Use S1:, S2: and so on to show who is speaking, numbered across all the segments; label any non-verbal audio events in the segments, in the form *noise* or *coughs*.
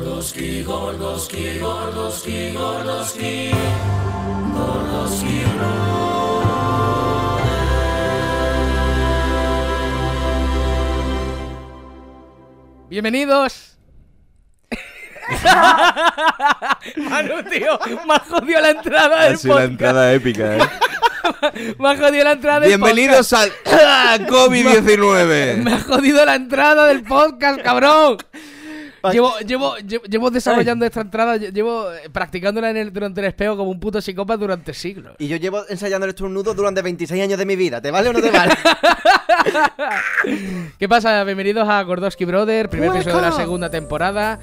S1: Gordoski, Gordoski, Gordoski, Gordoski, Gordoski,
S2: Bienvenidos.
S3: *laughs*
S2: Manu, tío, me ha jodido la entrada
S3: Ha
S2: del
S3: sido la
S2: podcast.
S3: entrada épica, ¿eh?
S2: *laughs* Me ha jodido la entrada del
S3: Bienvenidos al
S2: *laughs* podcast. Me
S3: COVID-19.
S2: ha jodido la entrada del podcast, cabrón. Llevo, llevo, llevo, llevo desarrollando esta entrada, lle- llevo eh, practicándola en el, durante el espejo como un puto psicópata durante siglos.
S4: *laughs* Y yo llevo ensayando el estornudo durante 26 años de mi vida. ¿Te vale o no te vale?
S2: ¿Qué pasa? Bienvenidos a Gordowski Brother, primer episodio de la segunda temporada.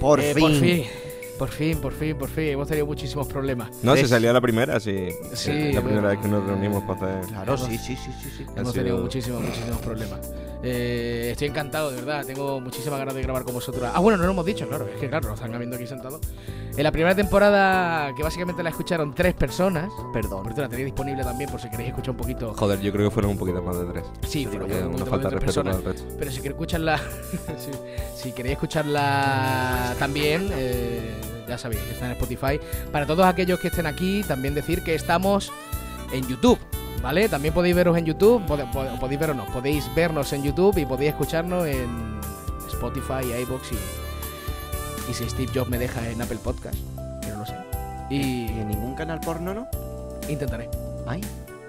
S4: Por,
S2: *laughs* Eh,
S4: fin.
S2: Por fin, por fin, por fin, por fin. Hemos tenido muchísimos problemas.
S3: No, se salió la primera, sí. Eh,
S2: Sí,
S3: la primera
S2: bueno.
S3: vez que nos reunimos para hacer.
S4: Claro, sí, sí, sí, sí. sí.
S3: Ha
S2: Hemos
S3: sido-
S2: tenido muchísimos, muchísimos problemas. Eh, estoy encantado, de verdad. Tengo muchísimas ganas de grabar con vosotros. Ah, bueno, no lo hemos dicho, claro. Es que, claro, nos están viendo aquí sentados. En la primera temporada, que básicamente la escucharon tres personas. Por
S4: Perdón.
S2: cierto, la tenéis disponible también por si queréis escuchar un poquito.
S3: Joder, yo creo que fueron un poquito más de tres.
S2: Sí, pero
S3: que
S2: un poquito
S3: una
S2: más
S3: falta
S2: de
S3: de
S2: tres
S3: respeto
S2: personas.
S3: para el resto.
S2: Pero si queréis escucharla, *laughs* sí, si queréis escucharla también, eh, ya sabéis, está en Spotify. Para todos aquellos que estén aquí, también decir que estamos en YouTube, ¿vale? También podéis veros en YouTube, pode- pode- podéis vernos, podéis vernos en YouTube y podéis escucharnos en Spotify, iBox y, y si Steve Jobs me deja en Apple Podcast, que no lo sé. Y
S4: ¿Y en ningún canal porno no?
S2: intentaré.
S4: Ay.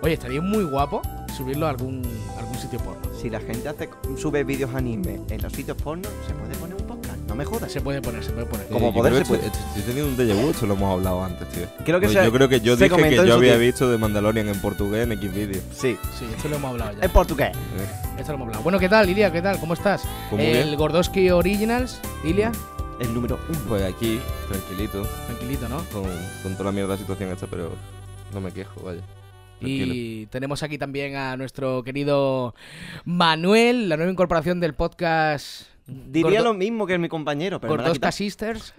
S2: Oye, estaría muy guapo subirlo a algún, algún sitio porno.
S4: Si la gente hace, sube vídeos anime en los sitios porno, se puede poner un podcast. No me jodas.
S2: Se puede poner, se puede poner.
S4: Como
S3: Eh, yo
S4: poder
S3: creo
S4: se
S3: que esto- Estoy teniendo un déjà vu, esto lo hemos hablado antes, tío. Pues
S4: Creo que
S3: Yo-
S4: se-
S3: yo creo que yo
S4: se
S3: dije que
S4: comentó en
S3: yo
S4: su
S3: había
S4: tiempo.
S3: visto de Mandalorian en portugués en Xvideos.
S4: Sí.
S2: Sí, esto lo hemos hablado ya.
S4: En portugués.
S3: Eh,
S2: Esto lo hemos hablado. Bueno, ¿qué tal, Ilia? ¿Qué tal? ¿Cómo estás?
S3: Pues muy
S2: el
S3: bien.
S2: Gordoski Originals, Ilia.
S4: El número uno.
S3: Pues aquí, tranquilito,
S2: Tranquilito, ¿no?
S3: con, con toda la mierda de situación esta, pero no me quejo, vaya. Tranquilo.
S2: Y tenemos aquí también a nuestro querido Manuel, la nueva incorporación del podcast
S4: Diría
S2: Gordo-
S4: lo mismo que mi compañero, pero me la ha
S2: Gordosca
S4: quitado. *laughs*
S2: Sisters.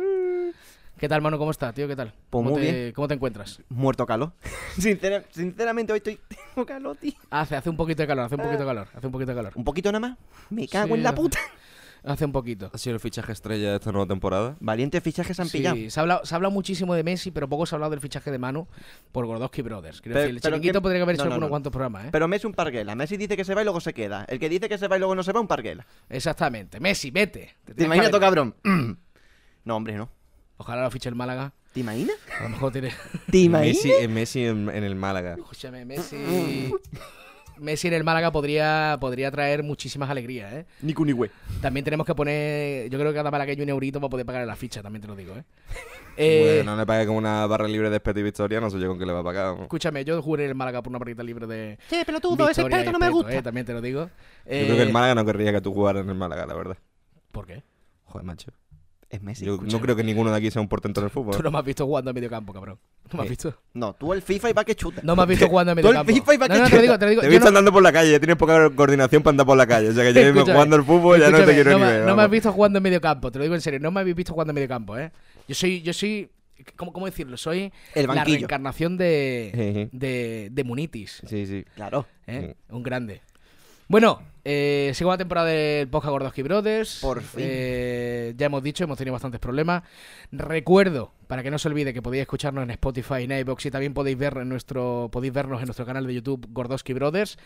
S2: ¿Qué tal, Manu? ¿Cómo está, tío? ¿Qué tal?
S4: Mm. Pues
S2: ¿Cómo,
S4: muy
S2: te,
S4: bien.
S2: ¿Cómo te encuentras?
S4: Muerto calor. *laughs* Sincera- sinceramente, hoy estoy. *laughs* Tengo calor, tío.
S2: Hace, hace un poquito de calor, hace un poquito de calor, hace un poquito de calor.
S4: Un poquito nada más. Me cago
S2: Sí,
S4: en la
S2: hace-
S4: puta. Mm.
S2: Hace un poquito.
S3: Ha sido el fichaje estrella de esta nueva temporada.
S4: Valientes fichajes se han pillado.
S2: Sí, se ha, hablado, se ha hablado muchísimo de Messi, pero poco se ha hablado del fichaje de Manu por Gordowski Brothers. Quiero
S4: Pero-
S2: decir, el
S4: pero
S2: chiringuito
S4: que-
S2: podría haber
S4: no,
S2: hecho
S4: no,
S2: algunos
S4: no.
S2: cuantos programas, ¿eh?
S4: Pero Messi un parguela. Messi dice que se va y luego se queda. El que dice que se va y luego no se va, un parguela.
S2: Exactamente. Messi, vete. Te
S4: ¿Te
S2: tienes
S4: imaginas
S2: que
S4: tú,
S2: haber-
S4: cabrón? *clears throat* No, hombre, no.
S2: Ojalá lo fiche el Málaga.
S4: ¿Te imaginas?
S2: A lo mejor tiene. *laughs*
S4: ¿Te
S3: Messi, eh, Messi en, en el Málaga.
S2: Escúchame,
S4: *laughs*
S2: Messi. Messi en el Málaga podría, podría traer muchísimas alegrías, ¿eh?
S4: Ni cu ni güey.
S2: También tenemos que poner. Yo creo que cada malagueño un eurito para poder pagar la ficha, también te lo digo, ¿eh? Eh,
S3: Bueno, no le pague con una barra libre de Speti Victoria, no sé yo con qué le va a pagar. vamos.
S2: Escúchame, yo jugué en el Málaga por una barrita libre de.
S4: Che, pelotudo, ese
S2: Victoria y
S4: experto no me
S2: Espeto,
S4: gusta.
S2: ¿eh? También te lo digo.
S3: Yo creo que
S2: Eh,
S3: el Málaga no querría que tú jugaras en el Málaga, la verdad.
S2: ¿Por qué?
S3: Joder, macho.
S4: Es Messi.
S3: Yo no creo que ninguno de aquí sea un portento en el fútbol.
S2: Tú no me has visto jugando a medio campo, cabrón. No me has
S3: Eh,
S2: visto.
S4: No, tú el FIFA y va que chuta.
S2: No me has visto jugando a
S4: tú
S2: medio
S4: el
S2: campo.
S4: FIFA y va
S2: no,
S4: que
S2: no, te lo digo, te lo digo.
S3: Te he
S2: Yo
S3: visto
S2: no-
S3: andando por la calle, tienes poca coordinación para andar por la calle. O sea que yo mismo
S2: Escúchame,
S3: jugando al fútbol ya no te
S2: escúchame,
S3: quiero ni
S2: me-
S3: ver.
S2: No me
S3: vamos.
S2: has visto jugando en medio campo, te lo digo en serio, no me habéis visto jugando en medio campo, ¿eh? Yo soy, yo soy, ¿cómo, cómo decirlo? Soy
S4: El
S2: la
S4: banquillo.
S2: reencarnación de,
S3: Sí, sí.
S2: de, de Munitis,
S3: Sí, sí.
S4: Claro.
S2: ¿eh? Un grande. Bueno, eh, segunda temporada del Podcast Gordoski Brothers.
S4: Por fin.
S2: Eh, ya hemos dicho, hemos tenido bastantes problemas. Recuerdo, para que no se olvide, que podéis escucharnos en Spotify, en iVoox y también podéis, ver en nuestro, podéis vernos en nuestro canal de YouTube Gordoski Brothers.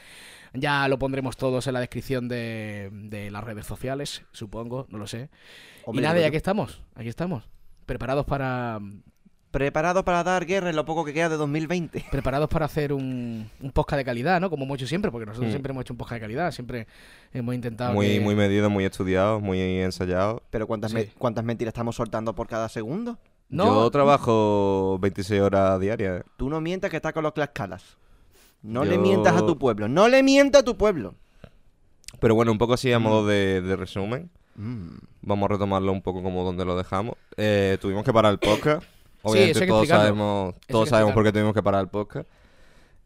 S2: Ya lo pondremos todos en la descripción de, de las redes sociales, supongo, no lo sé.
S4: Hombre,
S2: y nada,
S4: yo-
S2: y aquí estamos, aquí estamos. Preparados para.
S4: Preparado para dar guerra en lo poco que queda de 2020.
S2: Preparados para hacer un, un podcast de calidad, ¿no? Como hemos hecho siempre, porque nosotros
S3: Mm.
S2: siempre hemos hecho un podcast de calidad, siempre hemos intentado.
S3: Muy,
S2: que-
S3: muy medido, muy estudiado, muy ensayado.
S4: *laughs* Pero ¿cuántas,
S2: Sí.
S4: me- ¿cuántas mentiras estamos soltando por cada segundo?
S2: No,
S3: Yo trabajo 26 horas diarias. eh.
S4: Tú no mientas que estás con los clascalas. No le
S3: Yo-
S4: mientas a tu pueblo. No le mientas a tu pueblo.
S3: Pero bueno, un poco así a
S2: Mm.
S3: modo de, de resumen.
S4: Mm.
S3: Vamos a retomarlo un poco como donde lo dejamos. Eh, tuvimos que parar el podcast. Obviamente
S2: eso hay que
S3: todos
S2: explicarlo.
S3: sabemos,
S2: hay
S3: todos
S2: que
S3: sabemos por qué tuvimos que parar el podcast.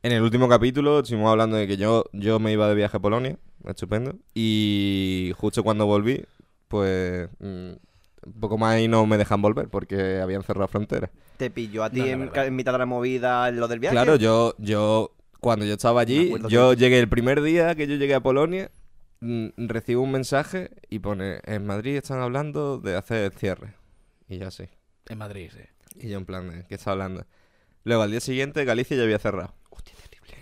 S3: En el último capítulo estuvimos hablando de que yo, yo me iba de viaje a Polonia, estupendo. Y justo cuando volví, pues mm, un poco más ahí no me dejan volver porque habían cerrado fronteras.
S4: Te pilló a ti
S2: No, la
S4: en,
S2: verdad.
S4: en mitad de la movida lo del viaje.
S3: Claro, yo, yo, cuando yo estaba allí,
S4: acuerdo
S3: yo llegué el primer día que yo llegué a Polonia, mm, recibo un mensaje y pone, en Madrid están hablando de hacer el cierre. Y yo así.
S2: En Madrid, sí.
S3: Y yo en plan de, ¿qué está hablando? Luego, al día siguiente, Galicia ya había cerrado. Hostia, terrible.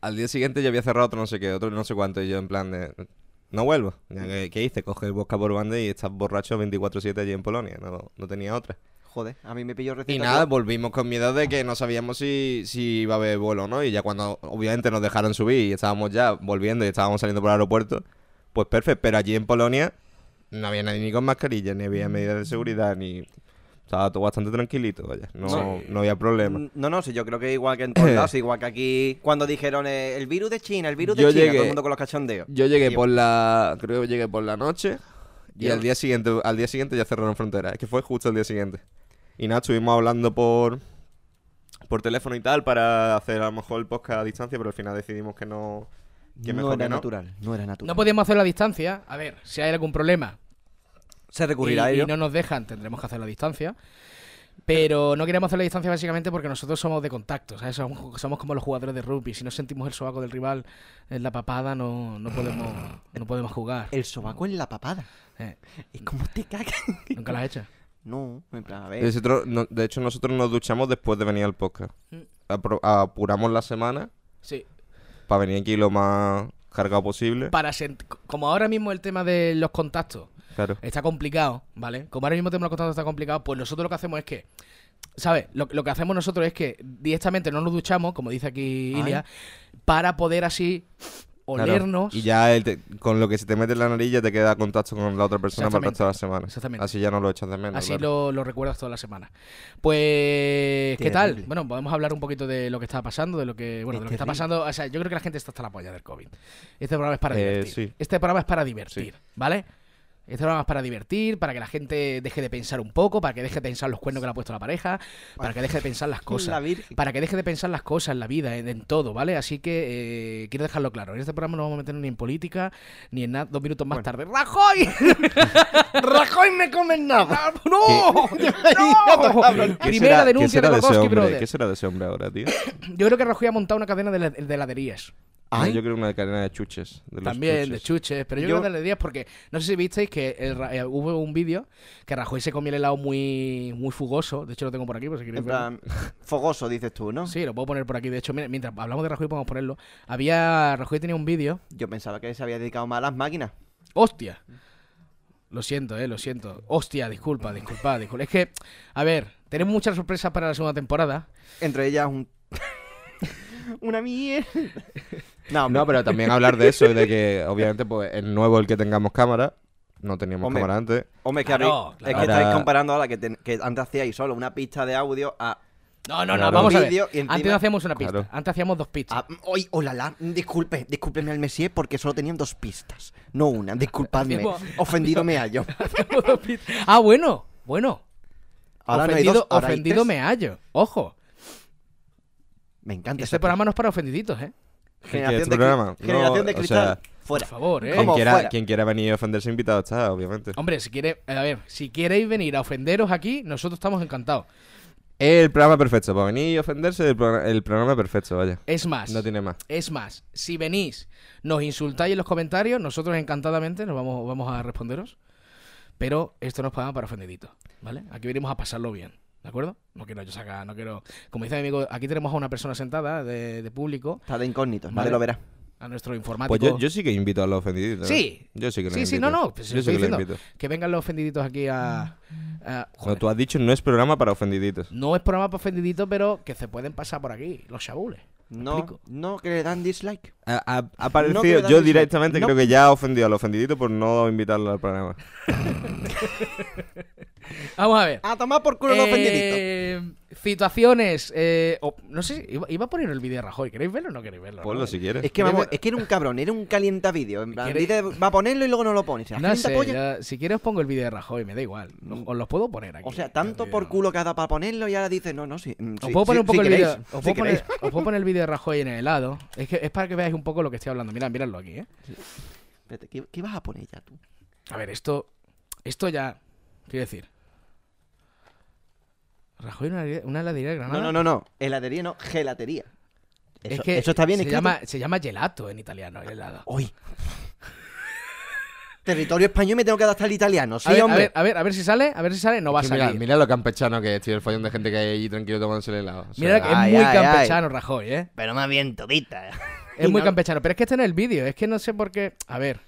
S3: Al día siguiente ya había cerrado otro no sé qué, otro no sé cuánto. Y yo en plan de, no vuelvo. Ya, ¿Qué, qué hice? Coge el bosca por banda y estás borracho 24-7 allí en Polonia. No, no tenía otra.
S4: Joder, a mí me pilló
S3: Y
S4: recién.
S3: nada, volvimos con miedo de que no sabíamos si, si iba a haber vuelo o no. Y ya cuando obviamente nos dejaron subir y estábamos ya volviendo y estábamos saliendo por el aeropuerto, pues perfecto. Pero allí en Polonia no había nadie ni con mascarilla, ni había medidas de seguridad, ni... Estaba todo bastante tranquilito, vaya. No,
S4: Sí.
S3: no había problema.
S4: No, no, sí, yo creo que igual que *clears throat* en todos lados, igual que aquí, cuando dijeron eh, el virus de China, el virus de
S3: Yo
S4: China,
S3: llegué-
S4: todo el mundo con los cachondeos.
S3: Yo llegué por la... Creo que llegué por la noche y
S4: Yo-
S3: al día siguiente al día siguiente ya cerraron fronteras. Es que fue justo el día siguiente. Y nada, estuvimos hablando por... Por teléfono y tal, para hacer a lo mejor el podcast a distancia, pero al final decidimos que no... que
S4: no
S3: mejor
S4: era
S3: que no.
S4: natural, no era natural.
S2: No podíamos hacer la distancia. A ver, si hay algún problema
S4: Se
S2: y,
S4: recurrirá a
S2: y
S3: ¿eh?
S4: ello.
S2: no nos dejan, tendremos que hacer la distancia. Pero no queremos hacer la distancia básicamente porque nosotros somos de contacto, ¿sabes? Somos, somos como los jugadores de rugby. Si no sentimos el sobaco del rival en la papada, no, no, podemos, no podemos jugar.
S4: eh, El sobaco en la papada. *laughs*
S2: Eh, *laughs*
S4: ¿Y cómo te cagas?
S2: Nunca las he hecho.
S4: No, en plan, a ver.
S3: Nosotros- no- de hecho, nosotros nos duchamos después de venir al podcast.
S2: Mm.
S3: Apro- apuramos la semana
S2: Sí.
S3: para venir aquí lo más cargado posible.
S2: Para sent- como ahora mismo el tema de los contactos
S3: Claro.
S2: está complicado, ¿vale? Como ahora mismo el tema de los contactos está complicado, pues nosotros lo que hacemos es que, ¿sabes? Lo, lo que hacemos nosotros es que directamente no nos duchamos, como dice aquí
S4: Ay.
S2: Ilia, para poder así
S3: Claro.
S2: olernos.
S3: Y ya el te- con lo que se te mete en la nariz ya te queda contacto con la otra persona para el resto de la semana.
S2: Exactamente.
S3: Así ya no lo echas de menos.
S2: Así
S3: claro.
S2: lo, lo recuerdas toda la semana. Pues, ¿qué tal?
S4: Terrible.
S2: Bueno, podemos hablar un poquito de lo que está pasando, de lo que, bueno,
S4: Es
S2: de lo que está
S4: terrible.
S2: pasando. O sea, yo creo que la gente está hasta la polla del COVID. Este programa es para
S3: Eh,
S2: divertir.
S3: sí.
S2: Este programa es para divertir, ¿vale? Este programa es para divertir, para que la gente deje de pensar un poco, para que deje de pensar los cuernos que le ha puesto la pareja, para que deje de pensar las
S4: La
S2: cosas.
S4: Virgen.
S2: Para que deje de pensar las cosas en la vida, en, en todo, ¿vale? Así que eh, quiero dejarlo claro. En este programa no vamos a meter ni en política, ni en nada. Dos minutos más tarde. ¡Rajoy!
S4: Rajoy me comen nada.
S3: Ah,
S2: ¡No!
S3: *laughs*
S2: *laughs* ¡No!
S3: ¿Qué
S2: Primera
S3: será- qué
S2: denuncia
S3: será
S2: de
S3: de ese
S2: Lewandowski,
S3: hombre? ¿Qué
S2: brother.
S3: será de ese hombre ahora, *coughs* tío?
S2: Yo creo que Rajoy ha montado una cadena de, la- de heladerías.
S4: Ay.
S3: Yo creo una cadena de chuches. de los
S2: También, de
S3: chuches.
S2: chuches. Pero yo,
S4: Yo-
S2: creo que de heladerías porque no sé si visteis que el Ra- eh, hubo un vídeo que Rajoy se comió el helado muy, muy fugoso. De hecho, lo tengo por aquí, por si queréis
S4: En
S2: verlo.
S4: plan, fogoso, dices tú, ¿no?
S2: Sí, lo puedo poner por aquí. De hecho, mira, mientras hablamos de Rajoy, podemos ponerlo. Había. Rajoy tenía un vídeo.
S4: Yo pensaba que se había dedicado más a las máquinas.
S2: ¡Hostia! Lo siento, eh, lo siento. ¡Hostia! Disculpa, disculpa, disculpa. Es que, a ver, tenemos muchas sorpresas para la segunda temporada.
S4: Entre ellas un... *laughs* Una mierda. No,
S3: No,
S4: hombre.
S3: pero también hablar de eso y de *laughs* que, obviamente, pues es nuevo el que tengamos cámara. No teníamos
S4: Hombre.
S3: cámara antes.
S4: Hombre, que,
S2: Claro,
S4: habéis- es
S2: Ah, claro.
S4: que estáis
S3: Ahora-
S4: comparando a la que, ten- que antes hacíais solo una pista de audio a...
S2: No, no, no,
S3: Claro.
S2: vamos a ver.
S4: Vídeo y encima-
S2: Antes no hacíamos una pista,
S3: Claro.
S2: antes hacíamos dos pistas.
S4: a- ¡Ay, Ah, mm, hola, la! Disculpe, discúlpeme al Messier porque solo tenían dos pistas. No una, disculpadme.
S2: Hacemos-
S4: Ofendido me hallo.
S2: Hacíamos *laughs* dos pistas. ah, bueno, bueno.
S4: Ahora no hay
S2: ofendido
S4: dos, ahora hay
S2: ofendido
S4: tres.
S2: me hallo. Ojo,
S4: Me encanta
S2: este
S4: esa
S2: programa no es para ofendiditos, ¿eh?
S4: Generación,
S3: este
S4: de, cri-
S3: programa,
S4: generación
S3: no,
S4: de
S3: o
S4: cristal.
S3: sea,
S4: fuera.
S2: Por favor, ¿eh?
S3: Quien
S4: Como
S3: quiera,
S4: fuera.
S3: quien quiera venir y ofenderse invitado está, obviamente.
S2: Hombre, si quiere, a ver, si queréis venir a ofenderos aquí, nosotros estamos encantados.
S3: El programa perfecto. Para venir y ofenderse, el, programa- el programa perfecto, vaya.
S2: Es más,
S3: No tiene más.
S2: es más, si venís, nos insultáis en los comentarios, nosotros encantadamente nos vamos, vamos a responderos. Pero esto nos paga para ofendiditos, ¿vale? Aquí venimos a pasarlo bien, ¿de acuerdo? No quiero yo sacar, no quiero. Como dice mi amigo, aquí tenemos a una persona sentada de- de público.
S4: Está de incógnito,
S2: Vale.
S4: nadie lo verá.
S2: a nuestro informático.
S3: Pues yo, yo sí que invito a los ofendiditos. ¿eh?
S2: Sí.
S3: Yo sí que los
S2: sí, sí,
S3: invito.
S2: no, no. pues
S3: yo sí
S2: estoy
S3: que los
S2: diciendo
S3: invito.
S2: que vengan los ofendiditos aquí a. a-
S3: No,
S2: joder,
S3: tú has dicho no es programa para ofendiditos.
S2: no es programa para ofendiditos, pero que se pueden pasar por aquí, los chabules. ¿Me
S4: No,
S2: explico?
S4: no, que le dan dislike.
S3: Ha, ha- ha
S4: No
S3: parecido,
S4: quiero dar
S3: yo
S4: dislike.
S3: directamente
S4: No.
S3: creo que ya ha ofendido a los ofendiditos por no invitarlo al programa.
S2: Vamos a ver.
S4: A tomar por culo los ofendiditos.
S2: Eh, Situaciones. eh, o- no sé, si- iba, iba a poner el vídeo de Rajoy. ¿Queréis verlo o no queréis verlo?
S3: Ponlo
S2: ¿no?
S3: si quieres.
S4: Es que vamos, es que era un cabrón, era un calientavideo. En plan,
S2: ¿Quieres-
S4: dice, va a ponerlo y luego no lo pone. Será
S2: No sé,
S4: calientapolla.
S2: ya- si quieres pongo el vídeo de Rajoy, me da igual. Lo- Os los puedo poner aquí.
S4: O sea, tanto
S2: Yo-
S4: por culo que ha dado para ponerlo y ahora dice, no, no, sí. mm,
S2: Os
S4: sí,
S2: puedo poner
S4: sí,
S2: un poco
S4: sí
S2: el vídeo.
S4: queréis,
S2: Os,
S4: sí
S2: puedo
S4: queréis.
S2: poner- os puedo poner el vídeo de Rajoy en el helado. Es que es para que veáis un poco lo que estoy hablando. Mirad, miradlo aquí, ¿eh?
S4: Espérate, ¿qué, qué vas a poner ya tú?
S2: A ver, esto. Esto ya. Quiero decir. Rajoy, una, una heladería de Granada.
S4: No, no, no, no. Heladería no, gelatería.
S2: Es
S4: Eso,
S2: que
S4: eso está bien
S2: se
S4: escrito.
S2: llama, se llama gelato en italiano, el helado.
S4: Uy. Territorio español y me tengo que adaptar al italiano. Sí,
S2: a, ver, a,
S4: hombre.
S2: ver, a ver, a ver si sale, a ver si sale, no va a
S3: Sí,
S2: salir.
S3: mira,
S2: Mira,
S3: mira lo campechano que es, tío, el follón de gente que hay allí tranquilo tomándose el helado. O sea,
S2: que
S4: Ay,
S2: es muy
S4: ay,
S2: campechano, Rajoy, ¿eh?
S4: Pero más bien todita.
S2: Es
S4: Y
S2: muy
S4: no-
S2: campechano. Pero es que este no es el vídeo, es que no sé por qué. A ver,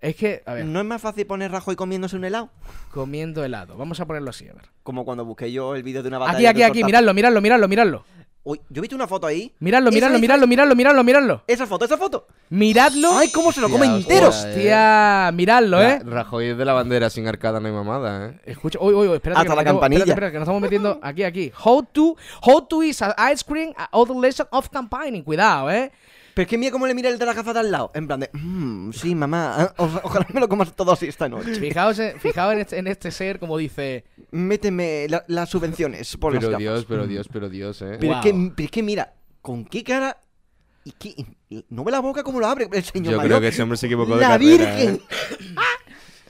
S2: es que, a ver,
S4: ¿No es más fácil poner Rajoy comiéndose un helado?
S2: comiendo helado. Vamos a ponerlo así, a ver.
S4: Como cuando busqué yo el vídeo de una batalla.
S2: Aquí,
S4: de
S2: aquí, aquí,
S4: tortazo.
S2: miradlo, miradlo, miradlo, miradlo.
S4: Uy, yo he visto una foto ahí.
S2: Miradlo,
S4: Esa,
S2: miradlo,
S4: esa,
S2: miradlo, miradlo, miradlo, miradlo.
S4: Esa foto, esa foto.
S2: Miradlo.
S4: Ay, cómo se lo come
S3: Hostia,
S4: entero.
S3: hostia.
S2: Hostia, miradlo,
S3: Ra-
S2: ¿eh?
S3: Rajoy es de la bandera sin arcada no hay mamada, ¿eh?
S2: Escucha, uy, uy, uy, espérate.
S4: Hasta
S2: que nos
S4: la
S2: metemos-
S4: campanilla.
S2: Espérate, espérate, que nos estamos metiendo aquí, aquí. How to, how to is a ice cream a other lesson of campaigning. Cuidado, ¿eh?
S4: Pero es que mira cómo le mira el de la gafa de al lado. En plan de, "Mm, sí, mamá, *laughs* o- ojalá me lo comas todo así esta noche.
S2: Fijaos, en- fijaos en, este, en este ser, como dice.
S4: Méteme la- las subvenciones por las
S3: Pero
S4: gafas.
S3: Dios, pero Dios, pero Dios, ¿eh?
S4: Pero,
S2: Guau.
S4: es que, pero es que mira, ¿con qué cara? Y qué- y- no ve la boca como lo abre el señor
S3: Yo
S4: mayor.
S3: creo que ese hombre se equivocó de
S4: ¡La
S3: carrera,
S4: virgen!
S3: ¿eh?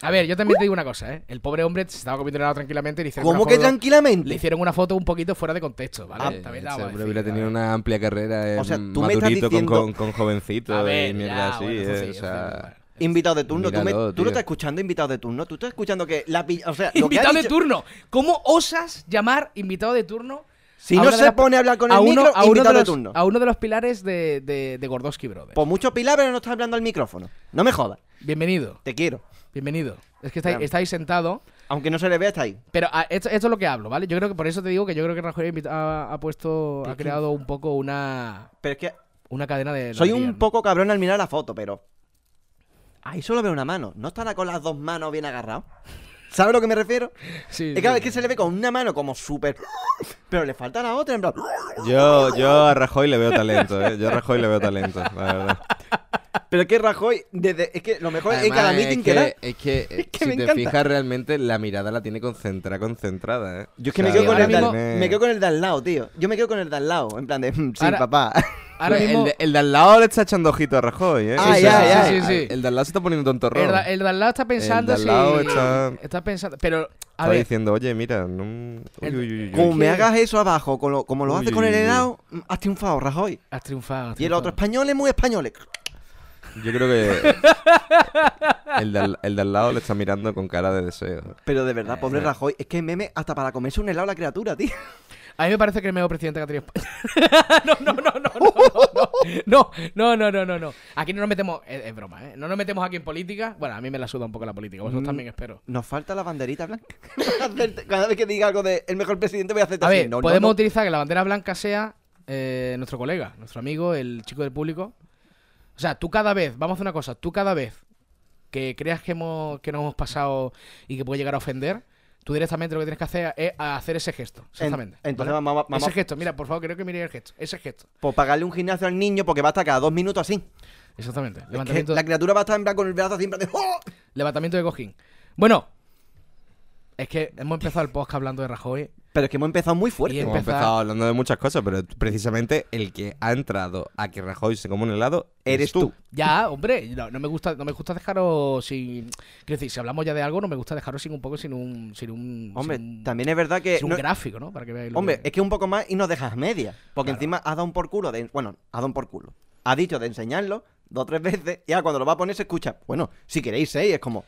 S2: A ver, yo también te digo una cosa, ¿eh? El pobre hombre se estaba comiendo helado tranquilamente y le hicieron
S4: ¿Cómo
S2: una
S4: que Ah,
S2: foto-
S4: tranquilamente?
S2: Le hicieron una foto un poquito fuera de contexto, ¿vale?
S3: Eh,
S2: también
S3: ese
S2: la vamos a
S3: hombre
S2: decir,
S3: hubiera tenido
S2: ¿vale?
S3: una amplia carrera en
S4: O sea, tú me estás
S3: madurito con,
S4: diciendo-
S3: con, con
S2: A
S3: jovencito
S2: ver,
S3: y mierda
S2: ya,
S3: así,
S2: bueno, eso sí,
S3: ¿eh? o
S2: eso
S3: sea,
S2: sí, vale.
S4: Invitado de turno, tú, me-
S3: Míralo,
S4: tú no
S3: tío.
S4: estás escuchando invitado de turno, tú estás escuchando que la pi- o sea, lo que ha
S2: Invitado de
S4: dicho-
S2: turno. ¿Cómo osas llamar invitado de turno?
S4: Si
S2: a
S4: no
S2: una de
S4: se
S2: las-
S4: pone a hablar con
S2: a
S4: el
S2: uno,
S4: micro,
S2: a uno
S4: invitado
S2: de
S4: de
S2: los,
S4: turno.
S2: A uno de los pilares de, de, de Gordoski Brothers.
S4: Por mucho pilar, pero no estás hablando al micrófono. No me jodas,
S2: Bienvenido,
S4: te quiero.
S2: bienvenido. Es que estáis,
S4: Claro.
S2: estáis sentado.
S4: Aunque no se le vea, está ahí.
S2: Pero ah, esto, esto es lo que hablo, ¿vale? Yo creo que por eso te digo que yo creo que Rajoy ha invita- ha, ha puesto, ha
S4: Pero que-
S2: creado un poco una,
S4: Pero es que
S2: una cadena de.
S4: soy
S2: lotería,
S4: un
S2: ¿no?
S4: poco cabrón al mirar la foto, pero. Ahí solo veo una mano. ¿No estará con las dos manos bien agarrado? ¿Sabes a lo que me refiero?
S2: Sí,
S4: Es que,
S2: sí.
S4: es que se le ve con una mano como súper. Pero le falta la otra, en plan.
S3: Yo, yo a Rajoy le veo talento, ¿eh? Yo a Rajoy le veo talento, la verdad.
S4: Pero es que Rajoy, desde, es que lo mejor es
S3: Además,
S4: cada meeting
S3: es
S4: que, da.
S3: Es que,
S4: *laughs*
S3: eh,
S4: que
S3: si
S4: me
S3: te
S4: encanta.
S3: fijas realmente, la mirada la tiene concentrada, concentrada, ¿eh?
S4: Yo es que
S3: O
S4: me
S3: sea,
S4: quedo, con
S2: ahora
S4: el de, al-
S2: mismo-
S4: me quedo con el de al lado, tío. Yo me quedo con el de al lado. En plan de, "Mm, sí,
S2: Ahora-
S4: papá.
S2: Ahora
S3: Pues
S2: mismo. Ah,
S3: El, de, el de al lado le está echando ojito a Rajoy, ¿eh?
S4: Ay, ay, ay.
S2: Sí, sí, sí.
S3: El de al lado se está poniendo tontorrón.
S2: El, da- el de al lado está pensando
S3: El de al lado
S2: si.
S3: está-
S2: pensando. Pero, a
S3: Está
S2: ver.
S3: diciendo, oye, mira, no... uy,
S2: El-
S3: uy, uy, uy.
S4: *laughs* Como me
S2: que-
S4: hagas eso abajo, con lo- como lo
S3: Uy,
S4: haces con el
S3: uy, uy.
S4: helado, mm, has triunfado, Rajoy.
S2: Has triunfado. has
S4: Y el otro,
S2: triunfado.
S4: españoles muy españoles.
S3: Yo creo que el de, al, el de al lado le está mirando con cara de deseo.
S4: Pero de
S2: Eh,
S4: verdad, pobre Rajoy, es que meme hasta para comerse un helado la criatura, tío.
S2: A mí me parece que es el mejor presidente que ha tenido España. *laughs* no, no, no, no, no, no, no, no, no, no, no. Aquí no nos metemos, es, es broma, ¿eh? No nos metemos aquí en política. Bueno, a mí me la suda un poco la política. Vosotros
S4: Mm.
S2: también espero.
S4: Nos falta la banderita blanca. *laughs* Hacerte- Cada vez que diga algo de el mejor presidente voy a hacer
S2: A ver,
S4: no, no,
S2: podemos
S4: no.
S2: utilizar que la bandera blanca sea eh, nuestro colega, nuestro amigo, el chico del público. O sea, tú cada vez, vamos a hacer una cosa, tú cada vez que creas que, hemos, que nos hemos pasado y que puede llegar a ofender, tú directamente lo que tienes que hacer es hacer ese gesto. Exactamente.
S4: En- entonces
S2: ¿vale?
S4: vamos- vamos-
S2: Ese gesto, mira, por favor, creo que miréis el gesto. Ese gesto.
S4: Por pagarle Pues un gimnasio al niño porque va a estar cada dos minutos así.
S2: Exactamente.
S4: Es que
S2: Levantamiento,
S4: la criatura va a estar en plan con el brazo así en plan de... ¡Oh!
S2: levantamiento de cojín. Bueno, es que hemos empezado el podcast hablando de Rajoy.
S4: Pero es que hemos empezado muy
S2: Y
S4: fuerte.
S2: em-
S3: Hemos
S2: empezar-
S3: empezado hablando de muchas cosas, pero precisamente el que ha entrado a que Rajoy se coma un helado
S4: Eres tú.
S2: Ya, hombre, no, no me gusta, no me gusta dejaros sin. Quiero decir, si hablamos ya de algo, no me gusta dejaros sin un poco, sin un. Sin un
S4: Hombre,
S2: sin un-
S4: también es verdad que...
S2: sin un
S4: no-
S2: gráfico, ¿no? Para que veáis lo
S4: Hombre,
S2: que-
S4: es que un poco más y nos dejas a media. Porque encima ha dado un por culo de. Bueno, ha dado un por culo. Ha dicho de enseñarlo dos o tres veces. Y ahora cuando lo va a poner se escucha. Bueno, si queréis seis, es como.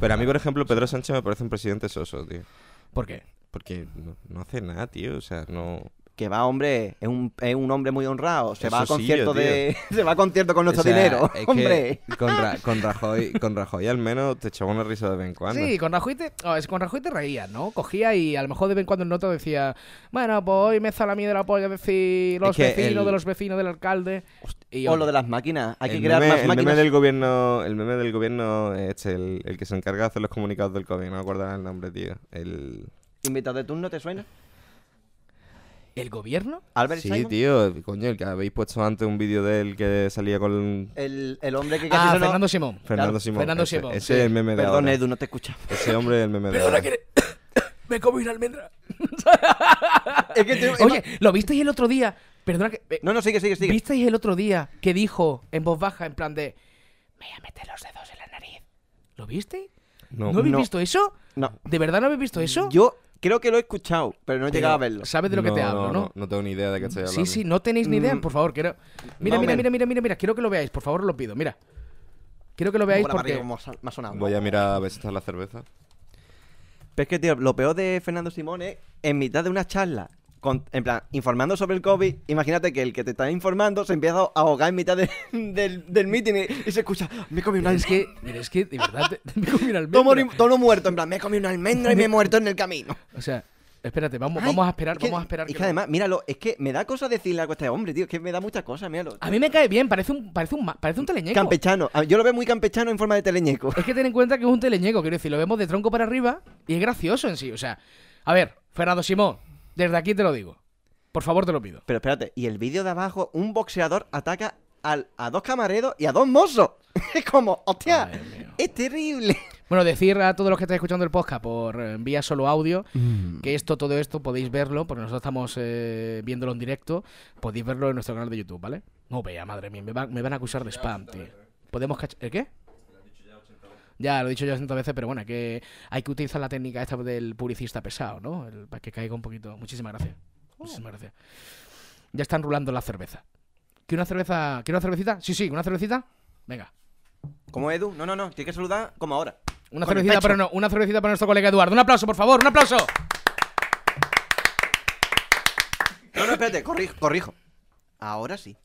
S3: Pero a mí, por ejemplo, Pedro Sánchez me parece un presidente soso, tío.
S2: ¿Por
S3: eh,
S2: qué?
S3: Porque no, no hace nada, tío. O sea, no...
S4: Que va, hombre, es un, es un hombre muy honrado. Se va a
S3: Eso sí,
S4: concierto
S3: tío.
S4: de. *laughs* Se va a concierto con nuestro
S3: O sea,
S4: dinero.
S3: es que
S4: hombre.
S3: Con, Ra- con Rajoy, con Rajoy al menos te echaba una risa de vez en cuando.
S2: Sí, con Rajoy, te, no, es- con Rajoy te reías, ¿no? Cogía y a lo mejor de vez en cuando en nota decía, bueno, pues hoy me sale a mí de la polla decir los
S3: Es que
S2: vecinos
S3: el-
S2: de los vecinos del alcalde. Y
S4: O
S2: hombre,
S4: lo de las máquinas. Hay que
S3: El
S4: crear
S3: meme-
S4: más
S3: el meme
S4: máquinas.
S3: del gobierno, el meme del gobierno, este, el, el que se encarga de hacer los comunicados del COVID, no me acuerdo ahora el nombre, tío. El...
S4: Invitado de turno, ¿te suena?
S2: ¿El gobierno?
S4: Albert
S3: sí,
S4: Simon.
S3: tío, coño, el que habéis puesto antes un vídeo de él que salía con
S4: El, el hombre que casi
S2: Ah,
S4: sonó-
S2: Fernando Simón.
S3: Fernando
S4: Claro,
S3: Simón.
S2: Fernando
S3: ese,
S2: Simón,
S3: ese
S2: sí.
S3: es el meme de
S4: Perdón,
S3: ahora.
S4: Edu, no te escucha.
S3: Ese hombre es el meme de ahora.
S2: *coughs* Me comí una almendra.
S4: *laughs* Es que te-
S2: Oye, ¿lo visteis el otro día? Perdona que. eh,
S4: No, no, sigue, sigue, sigue.
S2: ¿Visteis el otro día que dijo en voz baja, en plan de. Me voy a meter los dedos en la nariz? ¿Lo visteis? ¿No,
S3: No,
S2: habéis
S4: no.
S2: visto eso?
S4: No.
S2: ¿De verdad no habéis visto eso?
S4: Yo creo que lo he escuchado, pero no he llegado a verlo.
S2: ¿Sabes de lo que te
S3: No,
S2: hablo,
S3: no?
S2: no?
S3: tengo ni idea de qué estoy hablando.
S2: Sí, sí, no tenéis ni idea,
S4: Mm.
S2: por favor, quiero. Mira,
S4: No,
S2: mira,
S4: men.
S2: mira, mira, mira, mira, quiero que lo veáis, por favor, lo pido, mira. Quiero que lo veáis
S4: Bola para
S2: porque... *laughs*
S4: arriba, como sa- me ha sonado.
S3: Voy a mirar a ver si está la cerveza.
S4: Pero es que, tío, lo peor de Fernando Simón es en mitad de una charla, con- en plan, informando sobre el COVID, imagínate que el que te está informando se empieza a ahogar en mitad de- *laughs* del, del meeting y, y se escucha, me he comido una
S2: Pero es
S4: almendra.
S2: que, pero es que, de verdad, te- *laughs* me comí una
S4: Todo,
S2: almendra.
S4: mori- todo muerto, en plan, me he comido una almendra y me he muerto en el camino.
S2: O sea, espérate, vamos,
S4: Ay,
S2: Pues vamos a esperar,
S4: es que-
S2: vamos a esperar.
S4: Es
S2: que
S4: que,
S2: lo-
S4: además, míralo, es que me da cosa decirle algo a este hombre, tío, es que me da muchas cosas, míralo.
S2: A mí me cae bien, parece un, parece un, ma- parece un teleñeco.
S4: Campechano, Ah, yo lo veo muy campechano en forma de teleñeco. *laughs*
S2: Es que ten en cuenta que es un teleñeco, quiero decir, lo vemos de tronco para arriba y es gracioso en sí. O sea, a ver, Fernando Simón, desde aquí te lo digo. Por favor, te lo pido.
S4: Pero espérate, y el vídeo de abajo, un boxeador ataca al- a dos camareros y a dos mozos. *laughs* Es como, hostia,
S2: Madre mía.
S4: es terrible.
S2: Bueno, decir a todos los que estáis escuchando el podcast por eh, vía solo audio que esto, todo esto podéis verlo, porque nosotros estamos eh, viéndolo en directo, podéis verlo en nuestro canal de YouTube, ¿vale? No vea, madre mía, me, va- me van a acusar de spam, tío. ¿Podemos cachar? ¿El qué? Ya, lo he dicho ya 80 veces, pero bueno, hay que, hay que utilizar la técnica esta del publicista pesado, ¿no? El- para que caiga un poquito. Muchísimas gracias. Muchísimas gracias. Ya están rulando la cerveza. ¿Quiere una cerveza? ¿Quiere una cervecita? Sí, sí, ¿una cervecita? Venga.
S4: Como Edu, no, no, no, tienes que saludar como ahora.
S2: Una
S4: Con el
S2: cervecita,
S4: pecho.
S2: para no, una cervecita para nuestro colega Eduardo. Un aplauso, por favor, un aplauso.
S4: No, no, espérate, corrijo, corrijo. Ahora sí.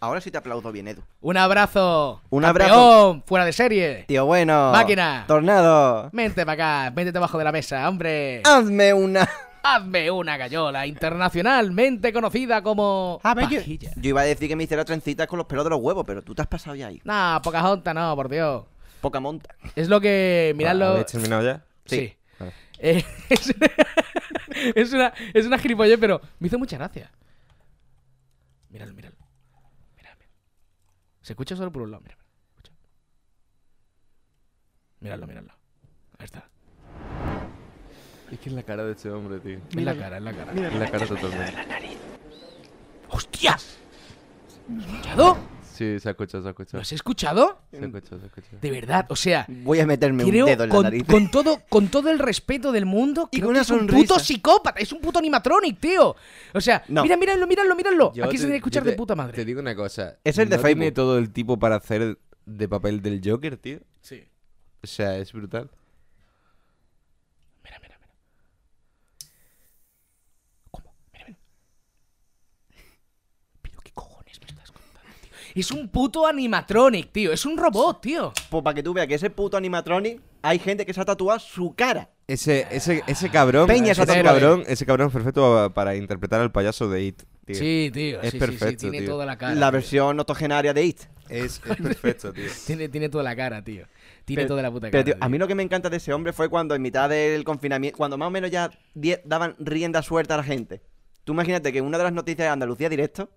S4: Ahora sí te aplaudo bien, Edu.
S2: Un abrazo.
S4: Un abrazo.
S2: campeón, fuera de serie.
S4: Tío bueno.
S2: Máquina.
S4: Tornado.
S2: Vente para acá, vente debajo de la mesa, hombre.
S4: Hazme una.
S2: Hazme una gallola internacionalmente conocida como. Pajilla.
S4: Ah, yo iba a decir que me hiciera trencitas con los pelos de los huevos, pero tú te has pasado ya ahí.
S2: No, poca jonta, no, por Dios.
S4: Poca monta.
S2: Es lo que.
S4: Ah,
S2: Miradlo.
S4: este
S3: ¿Habéis terminado ya?
S2: Sí.
S3: Vale.
S2: Eh, *laughs* es, es una, es una gilipollez, pero me hizo mucha gracia. Míralo, míralo. Míralo, míralo. Se escucha solo por un lado, míralo. Escucha. Míralo, míralo. Ahí está.
S3: Es que es la cara de este hombre, tío.
S2: Es la cara, es la cara.
S3: Es la cara totalmente.
S2: ¡Hostias! ¿Lo has escuchado?
S3: Sí, se ha escuchado, se
S2: ¿Lo
S3: ha escuchado.
S2: has escuchado?
S3: Se ha escuchado, se ha escuchado.
S2: De verdad, o sea,
S4: Voy a meterme
S2: creo
S4: un dedo en la
S2: con,
S4: nariz.
S2: con todo, con todo el respeto del mundo,
S4: Y
S2: creo
S4: con
S2: que
S4: una
S2: es un
S4: sonrisa.
S2: puto psicópata, es un puto animatronic, tío. O sea,
S4: No.
S2: mira, míralo, míralo, míralo.
S3: Yo
S2: Aquí
S3: te-
S2: se debe escuchar
S3: yo te-
S2: de puta madre.
S3: Te digo una cosa.
S4: Es el de
S3: no Tiene
S4: Facebook.
S3: todo el tipo para hacer de papel del Joker, tío.
S2: Sí.
S3: O sea, es brutal.
S2: Mira, mira, mira. ¿Cómo? Mira, mira. Pero qué cojones me estás contando, tío. Es un puto animatronic, tío. Es un robot, tío.
S4: Pues para que tú veas que ese puto animatronic, hay gente que se ha tatuado su cara.
S3: Ese, ese, ese cabrón.
S4: Peña
S3: ese
S4: Sotomayor.
S3: cabrón, ese cabrón es perfecto para interpretar al payaso de It. Tío.
S2: Sí, tío.
S3: Es
S2: sí, sí, sí,
S3: perfecto,
S2: Tiene
S3: tío.
S2: toda la cara.
S4: la
S2: tío.
S4: versión octogenaria de It.
S3: Es, es
S4: *laughs*
S3: perfecto, tío.
S2: Tiene, tiene toda la cara, tío. Tiene
S4: Pero-
S2: toda la puta cara.
S4: Pero, tío, a mí lo que me encanta de ese hombre fue cuando en mitad del confinamiento, cuando más o menos ya die- daban rienda suelta a la gente. Tú imagínate que una de las noticias de Andalucía Directo,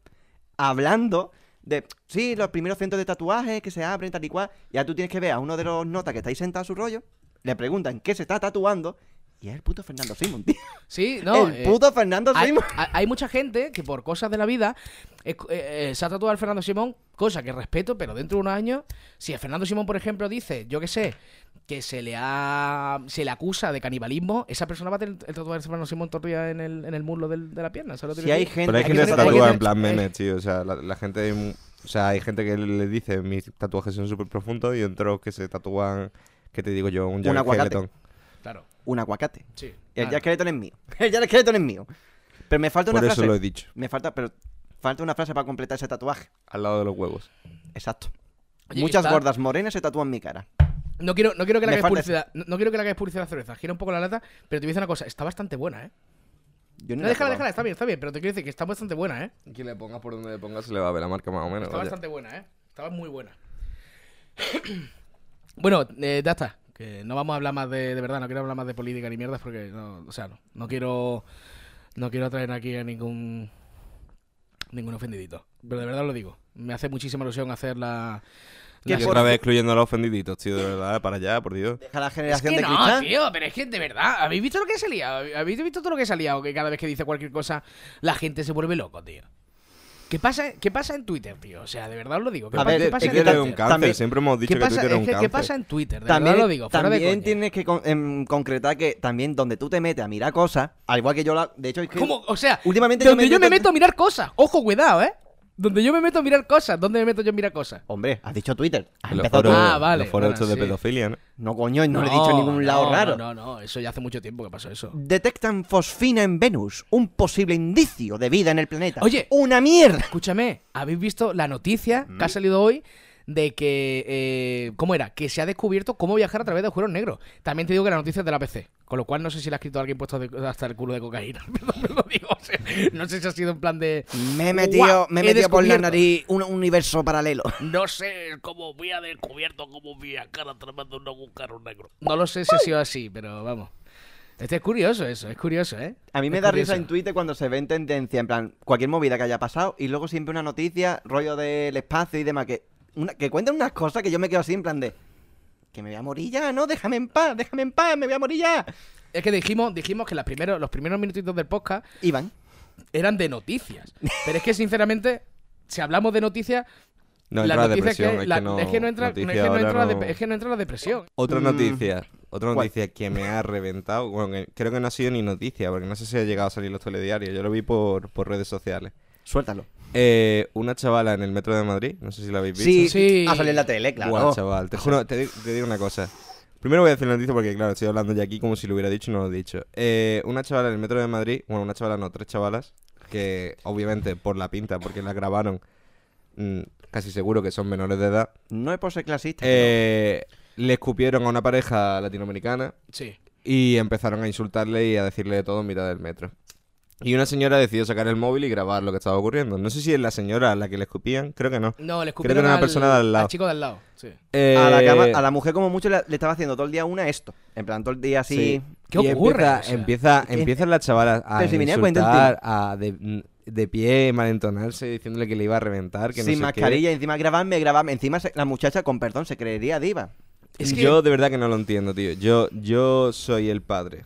S4: hablando de, sí, los primeros centros de tatuajes que se abren, tal y cual, ya tú tienes que ver a uno de los notas que está ahí sentado a su rollo, le preguntan qué se está tatuando, y es el puto Fernando Simón, tío.
S2: Sí, no.
S4: el
S2: eh,
S4: puto Fernando
S2: hay,
S4: Simón.
S2: hay- hay mucha gente que por cosas de la vida es- eh, eh, se ha tatuado al Fernando Simón, cosa que respeto, pero dentro de unos años, si el Fernando Simón, por ejemplo, dice, yo qué sé, que se le ha se le acusa de canibalismo, esa persona va a tener el tatuaje del Fernando Simón todavía en el, en el muslo del- de la pierna. ¿sabes lo que
S4: Si
S2: quiero
S4: hay
S2: decir?
S4: gente,
S3: Pero hay
S2: que
S3: gente que se
S2: tener- hay que
S3: tatúa en
S2: tener-
S3: plan
S2: eh.
S3: memes, tío. O sea, la, la gente. mm, O sea, hay gente que le dice mis tatuajes son súper profundos y otros que se tatúan, ¿qué te digo yo? Un Jack
S4: aguacate.
S3: Skeleton.
S2: Claro,
S4: un aguacate.
S2: sí.
S4: El
S2: Ah,
S4: Jack Skeleton es *laughs* mío. El Jack Skeleton es mío. Pero me falta
S3: Por
S4: una
S3: eso
S4: frase.
S3: lo he dicho.
S4: Me falta, pero falta una frase para completar ese tatuaje.
S3: Al lado de los huevos.
S4: Exacto.
S2: Oye,
S4: Muchas
S2: está-
S4: gordas morenas se tatúan mi cara.
S2: No quiero, no quiero que la
S4: Me
S2: hagáis
S4: falta
S2: publicidad. No, no quiero que la hagáis publicidad a la cerveza. Gira un poco la lata, pero te voy a decir una cosa. Está bastante buena, ¿eh?
S4: Yo
S2: No,
S4: ni la he
S2: déjala, déjala.
S4: probado.
S2: Está bien, está bien. Pero te quiero decir que está bastante buena, ¿eh?
S3: Quien le ponga por donde le ponga se le va a ver la marca más o menos.
S2: Está
S3: vaya.
S2: bastante buena, ¿eh? Estaba muy buena. *clears throat* bueno, eh, ya está. Que no vamos a hablar más de, de verdad, no quiero hablar más de política ni mierdas porque no, o sea, no, no quiero no quiero traer aquí a ningún ningún ofendidito. Pero de verdad lo digo. Me hace muchísima ilusión hacer la,
S3: Y
S2: la-
S3: otra vez excluyendo a los ofendiditos, tío, de verdad, para allá, por Dios.
S4: Deja la
S2: Es
S4: generación
S2: que
S4: de
S2: no,
S4: cristal.
S2: tío, pero es que de verdad, ¿habéis visto lo que se ha liado? ¿Habéis visto todo lo que se ha liado? Que cada vez que dice cualquier cosa, la gente se vuelve loco, tío. ¿Qué pasa, ¿Qué pasa en Twitter, tío? O sea, de verdad os lo digo. ¿Qué,
S4: A
S2: pa-
S4: ver,
S2: qué
S4: es
S2: pasa
S4: que
S2: en
S3: Twitter es un
S2: Twitter?
S3: cáncer,
S4: También-
S3: siempre hemos dicho
S2: ¿Qué
S3: que
S2: pasa,
S3: Twitter es
S2: es
S3: un
S2: que, ¿Qué
S3: cáncer.
S2: pasa en Twitter? De
S4: También,
S2: verdad lo digo, fuera de
S4: también
S2: coña.
S4: tienes que con- em, concretar que también donde tú te metes a mirar cosas, al igual que yo la. De hecho, es que.
S2: ¿Cómo? O sea,
S4: Últimamente
S2: donde yo me
S4: meto-
S2: meto a mirar cosas. Ojo, cuidado, ¿eh? Donde yo me meto a mirar cosas. ¿Dónde me meto yo a mirar cosas?
S4: Hombre, has dicho Twitter. Has
S3: Los
S4: empezado
S3: foros,
S4: tú.
S2: Ah, vale,
S3: los foros
S2: bueno,
S3: estos de
S2: sí.
S3: pedofilia, ¿no?
S4: No, coño, y no, le he dicho en ningún lado
S2: no,
S4: raro.
S2: No, no, no, eso ya hace mucho tiempo que pasó eso.
S4: Detectan fosfina en Venus, un posible indicio de vida en el planeta.
S2: Oye.
S4: una mierda.
S2: Escúchame, ¿habéis visto la noticia
S3: Mm.
S2: que ha salido hoy de que. eh, ¿Cómo era? Que se ha descubierto cómo viajar a través de agujeros negros. También te digo que la noticia es de la PC. Con lo cual no sé si la ha escrito alguien puesto de- hasta el culo de cocaína. *laughs* Perdón, me lo digo. o sea, no sé si ha sido en plan de.
S4: Me
S2: "Guau,
S4: he metido, me he metido por la
S2: descubierto".
S4: nariz un universo paralelo.
S2: No sé cómo voy a descubierto cómo viajar a través de un agujero negro. No lo sé si ha sido así, pero vamos. Este es curioso eso, es curioso, ¿eh?
S4: *laughs* A mí me
S2: Es
S4: da
S2: curioso.
S4: risa en Twitter cuando se ve en tendencia, en plan, cualquier movida que haya pasado, y luego siempre una noticia, rollo del espacio y demás, que, una- que cuentan unas cosas que yo me quedo así en plan de. Que me voy a morir ya, ¿no? Déjame en paz, déjame en paz, me voy a morir ya.
S2: Es que dijimos, dijimos que las primeros, los primeros minutitos del podcast
S4: Iván.
S2: eran de
S4: *laughs*
S2: noticias. Pero es que, sinceramente, si hablamos de noticias,
S3: No
S2: la
S3: entra la
S2: noticia es
S3: depresión,
S2: que, la- es que no entra,
S3: noticia
S2: es que no
S3: ahora
S2: entra la
S3: no-
S2: dep- es que Mm. no entra la depresión.
S3: Otra noticia, otra
S4: ¿Cuál?
S3: noticia que me ha reventado, bueno, que creo que no ha sido ni noticia, porque no sé si ha llegado a salir los telediarios, yo lo vi por, por redes sociales.
S4: Suéltalo.
S3: Eh, una chavala en el metro de Madrid, no sé si la habéis visto.
S4: Sí,
S2: Sí.
S4: a salir en la tele, claro. Oh.
S3: Guau,
S4: *laughs*
S3: chaval, te juro, te, di- te digo una cosa. Primero voy a decir la noticia porque, claro, estoy hablando ya aquí como si lo hubiera dicho y no lo he dicho. Eh, una chavala en el metro de Madrid, bueno, una chavala no, tres chavalas, que obviamente por la pinta, porque las grabaron, mm, casi seguro que son menores de edad,
S4: No es por ser clasista.
S3: eh, le escupieron a una pareja latinoamericana
S2: Sí.
S3: y empezaron a insultarle y a decirle de todo en mitad del metro. Y una señora decidió sacar el móvil y grabar lo que estaba ocurriendo. No sé si es la señora a la que le escupían, creo que no.
S2: No, le
S3: Creo que
S2: escupieron
S3: era una
S2: al,
S3: persona de al lado.
S2: al chico de al lado. Sí.
S4: pero a, la
S3: Eh,
S4: cama- a la mujer, como mucho, le, le estaba haciendo todo el día una esto. En plan, todo el día así.
S3: Sí.
S2: ¿Qué
S3: Y
S2: ocurre?
S3: Empieza,
S2: O sea,
S3: empieza, empiezan las chavalas a
S4: Pero si venía cuenta el
S3: insultar, a de, de pie, malentonarse, diciéndole que le iba a reventar, que no
S4: sin
S3: sé qué.
S4: mascarilla, encima grabarme, grabarme. Encima se- la muchacha, con perdón, se creería diva.
S2: Es que-
S3: Yo de verdad que no lo entiendo, tío. Yo, yo soy el padre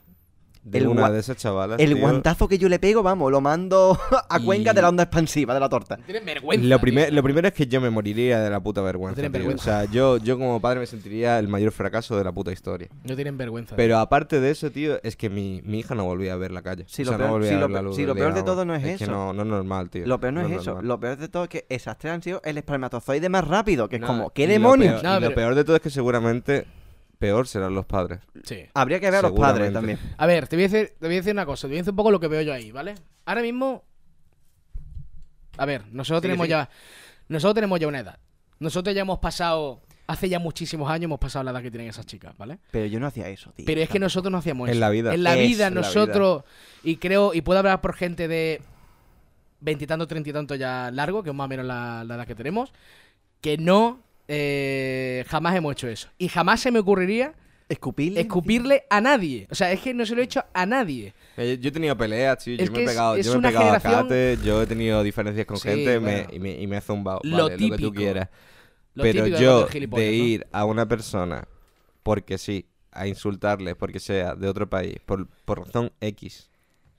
S3: de
S4: El
S3: una
S4: gua-
S3: de esas chavalas.
S4: El
S3: tío.
S4: guantazo que yo le pego, vamos, lo mando *laughs* a Cuenca
S3: Y-
S4: de la onda expansiva de la torta.
S2: Tienes vergüenza.
S3: Lo, primer-
S2: tío.
S3: lo primero es que yo me moriría de la puta vergüenza.
S2: tienen
S3: tío.
S2: vergüenza.
S3: O sea, yo, yo como padre me sentiría el mayor fracaso de la puta historia.
S2: No tienen vergüenza.
S3: Pero aparte de eso, tío, es que mi, mi hija no volvía a ver la calle.
S4: Si
S3: O
S4: lo
S3: sea,
S4: peor-
S3: no volvía
S4: si
S3: a ver
S4: lo
S3: la
S4: pe-
S3: luz
S4: si
S3: del
S4: lo
S3: día,
S4: peor de
S3: vamos.
S4: todo no es
S3: que
S4: eso.
S3: no, no es normal, tío.
S4: Lo peor no, es eso.
S3: normal.
S4: Lo peor de todo es que esas tres han sido el espermatozoide más rápido, que es
S3: No,
S4: como,
S3: y
S4: ¿qué
S3: lo
S4: demonios?
S3: peor-
S2: No,
S3: y lo
S2: pero-
S3: peor de todo es que seguramente peor serán los padres.
S2: Sí.
S4: Habría que ver a los padres también.
S3: Seguramente.
S2: A ver, te voy a decir, te voy a decir una cosa, te voy a decir un poco lo que veo yo ahí, ¿vale? Ahora mismo. A ver, nosotros tenemos ya. Nosotros tenemos ya una edad. Nosotros ya hemos pasado. Hace ya muchísimos años hemos pasado la edad que tienen esas chicas, ¿vale?
S4: Pero yo no hacía eso, tío.
S2: Pero es que nosotros no hacíamos
S3: En
S2: eso.
S3: la vida.
S2: En la
S3: Es
S2: vida
S3: la
S2: nosotros. Y creo, y puedo hablar por gente de veintitantos, treinta y tantos ya largo, que es más o menos la, la edad que tenemos, que no eh, jamás hemos hecho eso. Y jamás se me ocurriría
S4: Escupir.
S2: escupirle a nadie. O sea, es que no se lo he hecho a nadie.
S3: Eh, Yo he tenido peleas, tío.
S2: Es
S3: Yo me
S2: que
S3: he
S2: es-
S3: pegado,
S2: es
S3: yo me
S2: una
S3: he pegado a
S2: generación-
S3: Cate, yo he tenido diferencias con
S2: Sí,
S3: gente
S2: bueno.
S3: me- y, me, y me he zumbado.
S2: Lo
S3: vale, que tú
S2: típico.
S3: quieras.
S2: Lo
S3: Pero
S2: típico de
S3: yo,
S2: cualquier gilipollas,
S3: de
S2: ¿no?
S3: ir a una persona, porque sí, a insultarle, porque sea de otro país, por, por razón X,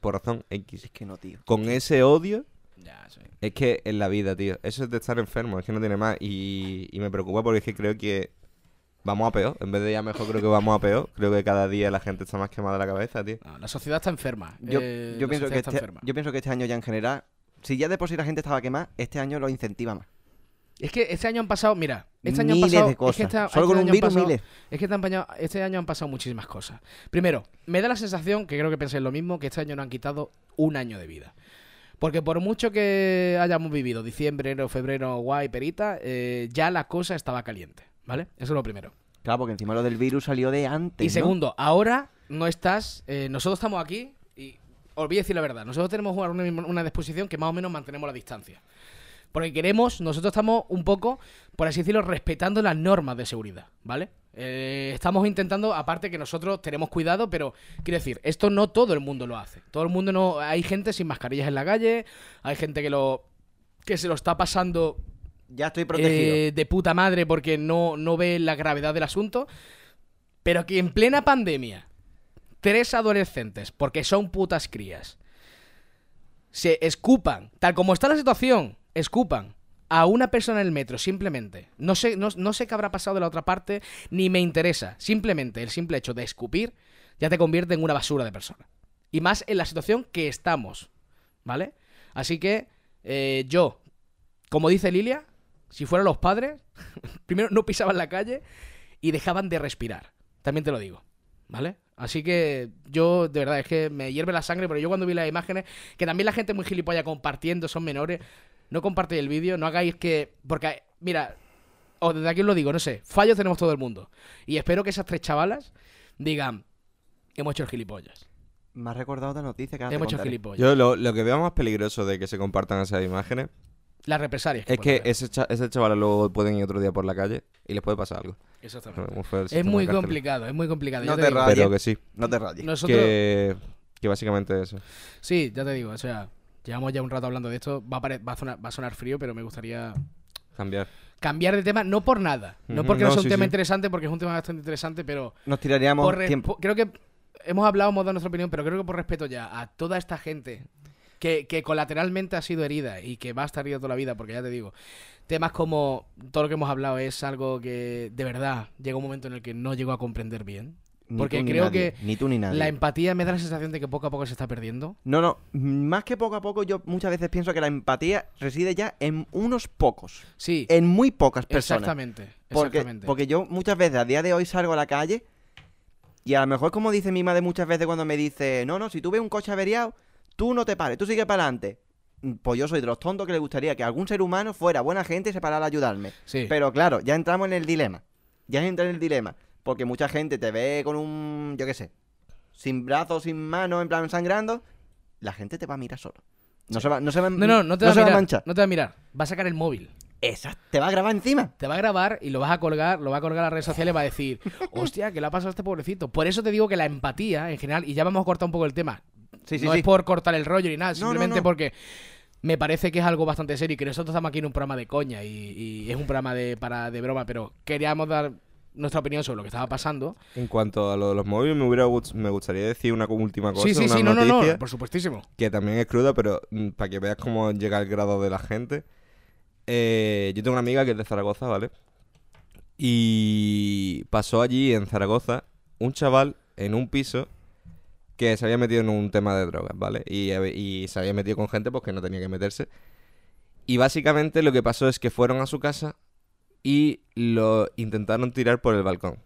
S3: por razón X,
S4: Es que no, tío.
S3: con ese odio,
S2: Ya, sí.
S3: es que en la vida, tío, eso es de estar enfermo, es que no tiene más. Y, y me preocupa porque es que creo que vamos a peor. En vez de ya mejor, creo que vamos a peor. Creo que cada día la gente está más quemada de la cabeza, tío.
S2: No, la sociedad está enferma.
S4: Yo,
S2: Eh,
S4: yo
S2: la
S4: pienso
S2: sociedad
S4: que
S2: está
S4: este,
S2: enferma.
S4: yo pienso que este año ya en general, si ya de por sí la gente estaba quemada, este año lo incentiva más.
S2: Es que este año han pasado, mira, este año
S4: Miles
S2: han pasado.
S4: de cosas.
S2: Es que este,
S4: Solo
S2: este
S4: con un
S2: año han
S4: virus,
S2: pasado-
S4: miles.
S2: Es que este han pañado- este año han pasado muchísimas cosas. Primero, me da la sensación, que creo que pensáis lo mismo, que este año nos han quitado un año de vida. Porque por mucho que hayamos vivido diciembre, enero, febrero, guay, perita, eh, ya la cosa estaba caliente, ¿vale? Eso es lo primero.
S4: Claro, porque encima lo del virus salió de antes.
S2: Y
S4: ¿no?
S2: segundo, ahora no estás. eh, nosotros estamos aquí y os voy a decir la verdad. Nosotros tenemos una, una disposición que más o menos mantenemos la distancia. Porque queremos, nosotros estamos un poco, por así decirlo, respetando las normas de seguridad, ¿vale? Eh, estamos intentando, aparte que nosotros tenemos cuidado, pero quiero decir, esto no todo el mundo lo hace. Todo el mundo no. Hay gente sin mascarillas en la calle, hay gente que lo. que se lo está pasando
S4: Ya estoy protegido.
S2: eh, de puta madre porque no, no ve la gravedad del asunto. Pero que en plena pandemia, tres adolescentes, porque son putas crías, se escupan, tal como está la situación, escupan a una persona en el metro, simplemente. No sé, no, no sé qué habrá pasado de la otra parte, ni me interesa. Simplemente el simple hecho de escupir ya te convierte en una basura de persona. Y más en la situación que estamos, ¿vale? Así que eh, yo Como dice Lilia, si fueran los padres, *laughs* primero no pisaban la calle y dejaban de respirar. También te lo digo, ¿vale? Así que yo, de verdad, es que me hierve la sangre, pero yo cuando vi las imágenes, que también la gente muy gilipollas compartiendo, son menores, no compartáis el vídeo, no hagáis que... Porque, mira, o desde aquí os lo digo, no sé, fallos tenemos todo el mundo. Y espero que esas tres chavalas digan, hemos hecho el gilipollas.
S4: Me has recordado otra noticia que ahora te
S2: Hemos hecho el
S4: contaré.
S2: gilipollas.
S3: Yo lo, lo que veo más peligroso de que se compartan esas imágenes
S2: Las represalias.
S3: es
S2: puede
S3: que
S2: haber.
S3: ese, cha- ese chaval luego pueden ir otro día por la calle y les puede pasar algo. *laughs*
S2: Exactamente.
S3: Como fue el
S2: Es
S3: sistema
S2: muy
S3: de cárcel.
S2: complicado, es muy complicado.
S4: No
S2: yo te
S4: te
S2: digo.
S4: rayes.
S3: Pero que sí.
S4: No te rayes.
S2: Nosotros,
S3: Que, que básicamente eso.
S2: sí, ya te digo, o sea, llevamos ya un rato hablando de esto, va a, pare- va a sonar, va a sonar frío, pero me gustaría
S3: Cambiar.
S2: cambiar de tema, no por nada, no
S3: Ujú,
S2: porque no,
S3: no,
S2: sea un
S3: sí,
S2: tema
S3: sí.
S2: interesante, porque es un tema bastante interesante, pero
S4: Nos tiraríamos
S2: por re-
S4: tiempo.
S2: po- creo que hemos hablado, hemos dado nuestra opinión, pero creo que por respeto ya a toda esta gente que, que colateralmente ha sido herida y que va a estar herida toda la vida, porque ya te digo, temas como todo lo que hemos hablado es algo que de verdad llega un momento en el que no llego a comprender bien.
S4: Ni
S2: Porque
S4: tú ni
S2: creo
S4: nadie,
S2: que
S4: Ni tú ni nadie.
S2: La empatía me da la sensación de que poco a poco se está perdiendo.
S4: No, no, más que poco a poco yo muchas veces pienso que la empatía reside ya en unos pocos,
S2: Sí,
S4: en muy pocas personas.
S2: exactamente.
S4: Porque,
S2: exactamente.
S4: porque yo muchas veces a día de hoy salgo a la calle y a lo mejor como dice mi madre muchas veces cuando me dice, no, no, si tú ves un coche averiado, tú no te pares, tú sigue para adelante. Mm, Pues yo soy de los tontos que le gustaría que algún ser humano fuera buena gente y se parara a ayudarme.
S2: Sí.
S4: Pero claro, ya entramos en el dilema. Ya entra en el dilema. Porque mucha gente te ve con un, yo qué sé, sin brazos, sin manos, en plan sangrando. La gente te va a mirar solo. No se va, no se va,
S2: no, no, no te va
S4: se
S2: a
S4: va a
S2: mirar.
S4: manchar.
S2: No te va a mirar. Va a sacar el móvil.
S4: Exacto. Te va a grabar encima.
S2: Te va a grabar y lo vas a colgar, lo va a colgar a las redes sociales y va a decir, hostia, que le ha pasado a este pobrecito. Por eso te digo que la empatía en general, y ya vamos a cortar un poco el tema.
S4: Sí, sí,
S2: no
S4: sí.
S2: es por cortar el rollo ni nada,
S4: No, no,
S2: simplemente
S4: no.
S2: porque me parece que es algo bastante serio y que nosotros estamos aquí en un programa de coña y, y es un programa de, para, de broma, pero queríamos dar nuestra opinión sobre lo que estaba pasando.
S3: En cuanto a lo de los móviles, me, hubiera, gust- me gustaría decir una co- última cosa.
S2: sí, sí,
S3: una
S2: sí, no, no,
S3: noticia.
S2: no, por supuestísimo.
S3: que también es cruda, pero para que veas cómo llega el grado de la gente. Eh, yo tengo una amiga que es de Zaragoza, ¿vale? Y pasó allí en Zaragoza un chaval en un piso que se había metido en un tema de drogas, ¿vale? Y, habe- y se había metido con gente pues, que no tenía que meterse. Y básicamente lo que pasó es que fueron a su casa y lo intentaron tirar por el balcón.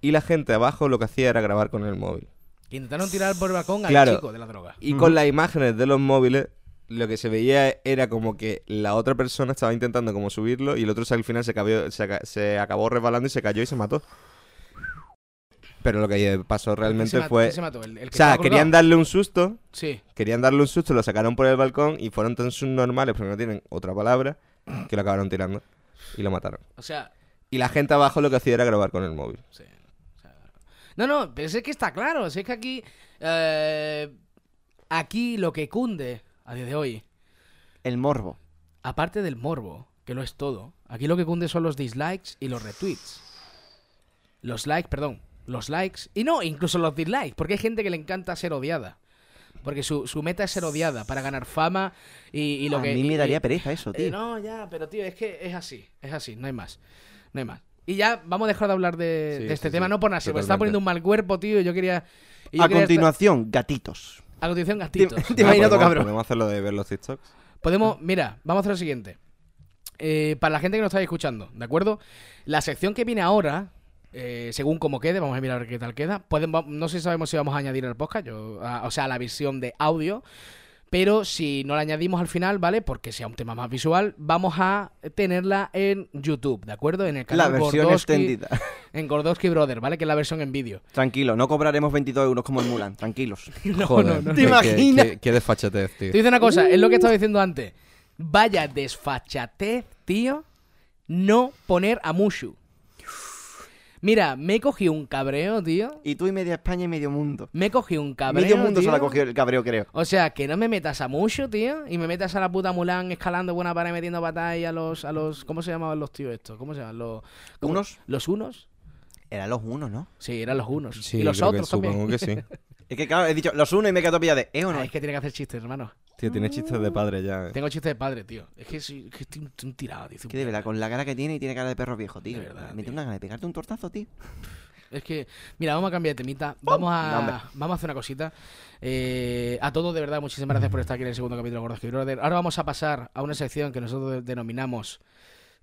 S3: Y la gente abajo lo que hacía era grabar con el móvil.
S2: Que Intentaron tirar por el balcón al
S3: Claro.
S2: chico de la droga.
S3: Y con las imágenes de los móviles, lo que se veía era como que la otra persona estaba intentando como subirlo y el otro al final se, cabió- se, aca- se acabó resbalando y se cayó y se mató. Pero lo que eh, pasó
S2: ¿Quién se
S3: realmente
S2: mató-
S3: fue...
S2: quién se mató? ¿El- el
S3: o
S2: que
S3: sea,
S2: estaba colgado?
S3: querían darle un susto,
S2: Sí.
S3: querían darle un susto, lo sacaron por el balcón y fueron tan subnormales, porque no tienen otra palabra, que lo acabaron tirando y lo mataron.
S2: O sea,
S3: Y la gente abajo lo que hacía era grabar con el móvil.
S2: sí, o sea, no, no, pero es que está claro. Si es que aquí. eh, aquí lo que cunde a día de hoy,
S4: El morbo.
S2: aparte del morbo, que lo es todo, aquí lo que cunde son los dislikes y los retweets. Los likes, perdón. Los likes. Y no, incluso los dislikes, porque hay gente que le encanta ser odiada. Porque su, su meta es ser odiada para ganar fama y, y lo
S4: a
S2: que.
S4: mí me
S2: y-
S4: daría
S2: y-
S4: pereza eso, tío.
S2: Eh, no, ya, pero tío, es que es así, es así, no hay más. No hay más. Y ya vamos a dejar de hablar de,
S3: Sí,
S2: de este
S3: sí,
S2: tema,
S3: sí,
S2: no por nada, se me está
S3: totalmente.
S2: poniendo un mal cuerpo, tío, y yo quería... y yo
S4: a
S2: quería estar-
S4: continuación, gatitos.
S2: A continuación, gastitos.
S4: Te imaginas,
S3: Ah, podemos,
S4: cabrón.
S3: podemos hacer lo de ver los TikToks.
S2: Podemos, mira, vamos a hacer lo siguiente. Eh, para la gente que nos está escuchando, ¿de acuerdo? La sección que viene ahora, eh, según como quede, vamos a mirar a ver qué tal queda. Pueden, va- no sé si sabemos si vamos a añadir al podcast, yo- a- o sea, a la visión de audio. Pero si no la añadimos al final, ¿vale? Porque sea un tema más visual, vamos a tenerla en YouTube, ¿de acuerdo? En el
S4: La
S2: canal
S4: versión
S2: Gordowski-
S4: extendida. *laughs*
S2: En Gordowski Brother, ¿vale? Que es la versión en vídeo.
S4: Tranquilo, no cobraremos 22 euros como el Mulan, tranquilos.
S2: *laughs* *laughs* No, no, no. no.
S3: Joder,
S4: ¿Te
S3: qué- qué-
S4: imaginas?
S3: Qué, qué desfachatez, tío.
S2: Te dice una cosa, es lo que
S4: Uh.
S2: estaba diciendo antes. Vaya desfachatez, tío, no poner a Mushu. Mira, me he cogido un cabreo, tío.
S4: Y tú y media España y medio mundo.
S2: Me he cogido un cabreo.
S4: medio mundo
S2: tío.
S4: se la cogió el cabreo, creo.
S2: O sea, que no me metas a Mushu, tío, y me metas a la puta Mulan escalando buena para metiendo batalla a los, a los. ¿Cómo se llamaban los tíos estos? ¿Cómo se llaman? Los. ¿cómo?
S4: ¿Unos?
S2: ¿Los unos?
S4: Eran los unos, ¿no?
S2: Sí, eran los unos.
S3: Sí,
S2: y los
S3: creo que
S2: otros
S3: supongo
S2: también.
S3: que sí.
S4: Es que claro, he dicho los unos y me he quedado pillado de, ¿eh o no?
S2: Ah, es que tiene que hacer chistes, hermano.
S3: *laughs* Tío, tiene chistes de padre ya. eh.
S2: Tengo chistes de padre, tío. Es que, soy- es que estoy un- un tirado, tío. soy un
S4: Que de verdad, con la cara que tiene y tiene cara de perro viejo, tío.
S2: De verdad,
S4: me
S2: tío.
S4: tiene una gana de pegarte un tortazo, tío.
S2: Es que, mira, vamos a cambiar de temita. Vamos
S4: No, hombre.
S2: a, vamos a hacer una cosita. Eh, a todos, de verdad, muchísimas gracias por estar aquí en el segundo capítulo de Gordos que Brother. Ahora vamos a pasar a una sección que nosotros de- denominamos.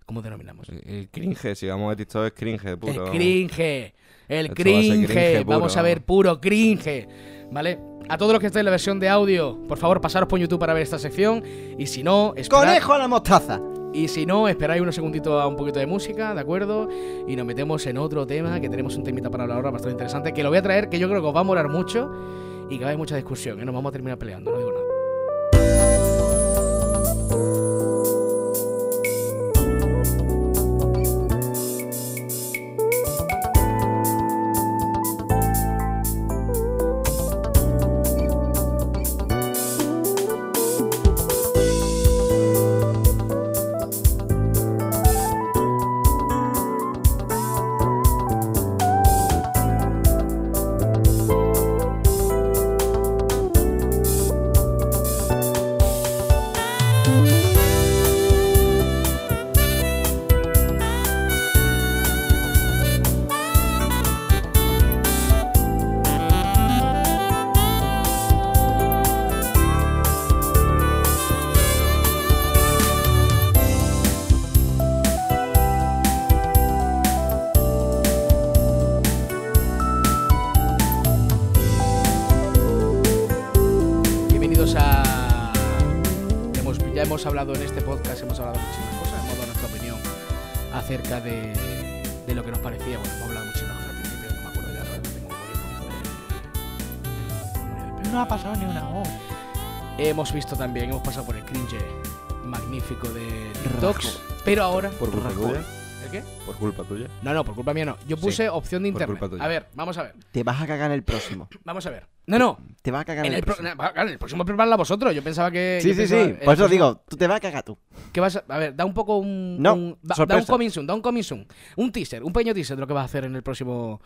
S2: ¿Cómo denominamos?
S3: El- El cringe, si vamos a decir todo es cringe, puro.
S2: El cringe. El
S3: Esto va a ser
S2: cringe.
S3: cringe puro.
S2: Vamos a ver puro cringe. ¿Vale? A todos los que estáis en la versión de audio, por favor, pasaros por YouTube para ver esta sección. Y si no, esperad-
S4: ¡Conejo a la mostaza!
S2: Y si no, esperáis unos segunditos a un poquito de música, ¿de acuerdo? Y nos metemos en otro tema, que tenemos un temita para hablar ahora bastante interesante, que lo voy a traer, que yo creo que os va a molar mucho y que va a haber mucha discusión, ¿eh? Nos vamos a terminar peleando, no digo nada. Bienvenidos a... hemos- ya hemos hablado en este podcast, hemos hablado muchísimas cosas, hemos dado nuestra opinión acerca de, de lo que nos parecía. Bueno, hemos hablado muchísimas cosas al principio, no me acuerdo ya, realmente tengo un poquito de-
S5: No ha pasado ni una hora.
S2: Hemos visto también, hemos pasado por el cringe magnífico de TikToks, pero ahora...
S3: Por culpa tuya.
S2: ¿El qué?
S3: Por culpa tuya.
S2: No, no, por culpa mía no. Yo
S3: Sí,
S2: puse opción de
S3: por
S2: internet.
S3: culpa tuya.
S2: A ver, vamos a ver.
S4: Te vas a cagar en el próximo.
S2: Vamos a ver. No, no.
S4: Te vas a cagar
S2: En el, pro- na- claro, en el próximo prepararla vosotros. Yo pensaba que.
S4: Sí,
S2: yo
S4: sí,
S2: pensaba-
S4: sí.
S2: el
S4: Por eso
S2: próximo-
S4: digo, tú te vas a cagar tú.
S2: Que vas a, a ver, da un poco un.
S4: No,
S2: un- da- da un
S4: sorpresa.
S2: coming soon, da un coming soon. Un teaser, un pequeño teaser de lo que vas a hacer en el próximo.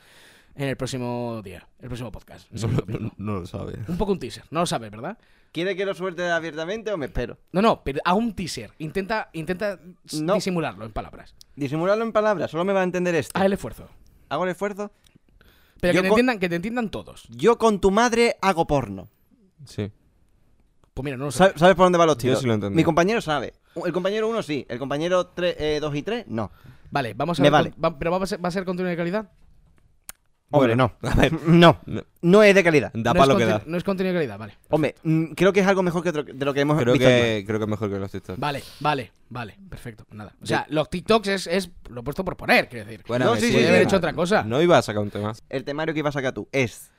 S2: En el próximo día, el próximo podcast. el próximo capítulo.
S3: *laughs* no lo sabes.
S2: Un poco un teaser, no lo sabes, ¿verdad?
S4: ¿Quieres que lo suelte abiertamente o me espero?
S2: No, no, pero a un teaser. Intenta, intenta s-
S4: No.
S2: disimularlo en palabras.
S4: Disimularlo en palabras, solo me va a entender esto.
S2: Haz el esfuerzo.
S4: Hago el esfuerzo.
S2: Pero
S4: Yo
S2: que te,
S4: con-
S2: entiendan, que te entiendan todos.
S4: Yo con tu madre hago porno.
S3: Sí.
S2: Pues mira, no lo
S4: Sa-
S2: sabes.
S4: ¿Sabes, por dónde van los
S3: Yo
S4: tiros?
S3: sí lo entendí.
S4: Mi compañero sabe. El compañero 1 sí, el compañero 2 y 3 no.
S2: Vale, vamos a
S4: Me
S2: ver con-
S4: vale.
S2: va- pero va a ser, va a ser contenido de calidad.
S4: Hombre,
S3: Bueno,
S4: no.
S3: a ver.
S4: No,
S3: No.
S4: no es de calidad.
S3: Da
S2: no
S3: para
S2: es
S3: lo que
S2: conten-
S3: da.
S2: No es contenido de calidad, vale.
S4: Hombre, mm, creo que es algo mejor que otro- de lo que hemos
S3: Creo
S4: visto. aquí.
S3: que, creo que es mejor que los TikToks.
S2: Vale, vale, vale, perfecto, nada. O sea, los TikToks es, es lo he puesto por poner, quiero decir.
S3: Bueno,
S4: No,
S3: me
S4: sí,
S2: sí,
S3: sigue.
S2: haber hecho otra cosa.
S3: No iba a sacar un tema.
S4: El temario que iba a sacar tú es.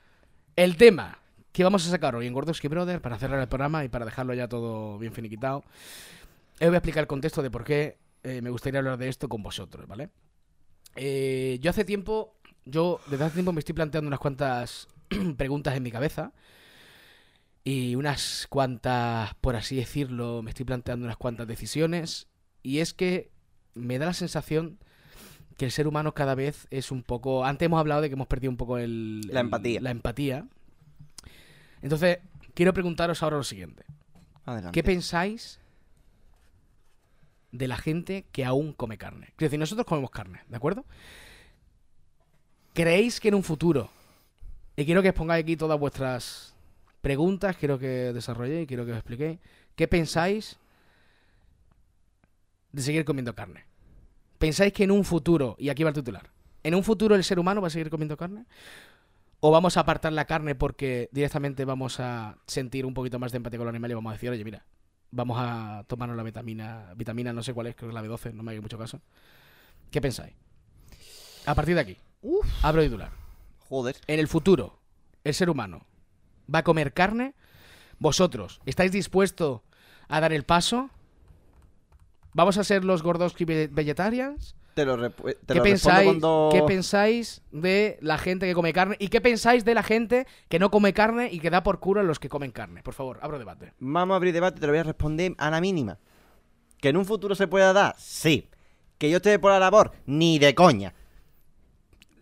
S2: El tema que vamos a sacar hoy en Gordowski Brother para cerrar el programa y para dejarlo ya todo bien finiquitado. Os Eh, voy a explicar el contexto de por qué eh, me gustaría hablar de esto con vosotros, ¿vale? Eh, yo hace tiempo, yo desde hace tiempo me estoy planteando unas cuantas *clears throat* preguntas en mi cabeza y unas cuantas, por así decirlo, me estoy planteando unas cuantas decisiones y es que me da la sensación que el ser humano cada vez es un poco... Antes hemos hablado de que hemos perdido un poco el...
S4: La
S2: el-
S4: empatía.
S2: La empatía. Entonces, quiero preguntaros ahora lo siguiente.
S4: Adelante.
S2: ¿Qué pensáis de la gente que aún come carne? Es decir, nosotros comemos carne, ¿de acuerdo? ¿Creéis que en un futuro, y quiero que os pongáis aquí todas vuestras preguntas, quiero que desarrolléis, quiero que os expliquéis, ¿qué pensáis de seguir comiendo carne? ¿Pensáis que en un futuro, y aquí va el titular, en un futuro el ser humano va a seguir comiendo carne? ¿O vamos a apartar la carne porque directamente vamos a sentir un poquito más de empatía con los animales y vamos a decir, oye, mira, vamos a tomarnos la vitamina, vitamina no sé cuál es, creo que es la B12, no me hagáis mucho caso. ¿Qué pensáis? A partir de aquí, abro titular.
S4: Joder.
S2: En el futuro, el ser humano va a comer carne. ¿Vosotros estáis dispuestos a dar el paso? ¿Vamos a ser los gordos vegetarians?
S4: Te lo, repu- te
S2: ¿Qué
S4: lo
S2: pensáis,
S4: respondo cuando.
S2: qué pensáis de la gente que come carne? ¿Y qué pensáis de la gente que no come carne y que da por culo a los que comen carne? Por favor, abro debate.
S4: Vamos a abrir debate y te lo voy a responder a la mínima. ¿Que en un futuro se pueda dar? Sí. ¿Que yo esté por la labor? Ni de coña.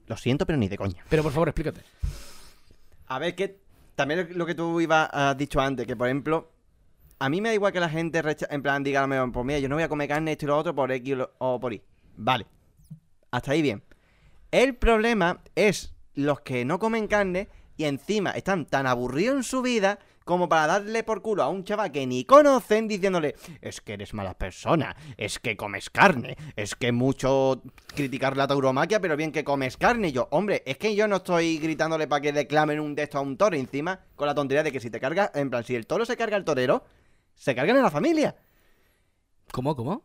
S4: Lo siento, pero ni de coña.
S2: Pero por favor, explícate.
S4: A ver, que también lo que tú ibas, has dicho antes, que por ejemplo, a mí me da igual que la gente recha- en plan diga, "Me- pues mira, yo no voy a comer carne, esto y lo otro, por X o lo- o por Y. Vale. Hasta ahí bien. El problema es los que no comen carne y encima están tan aburridos en su vida como para darle por culo a un chaval que ni conocen diciéndole, es que eres mala persona, es que comes carne, es que mucho criticar la tauromaquia, pero bien que comes carne. Y yo, hombre, es que yo no estoy gritándole para que declamen un de esto a un toro encima con la tontería de que si te cargas, en plan, si el toro se carga al torero, se cargan en la familia.
S2: ¿Cómo, cómo?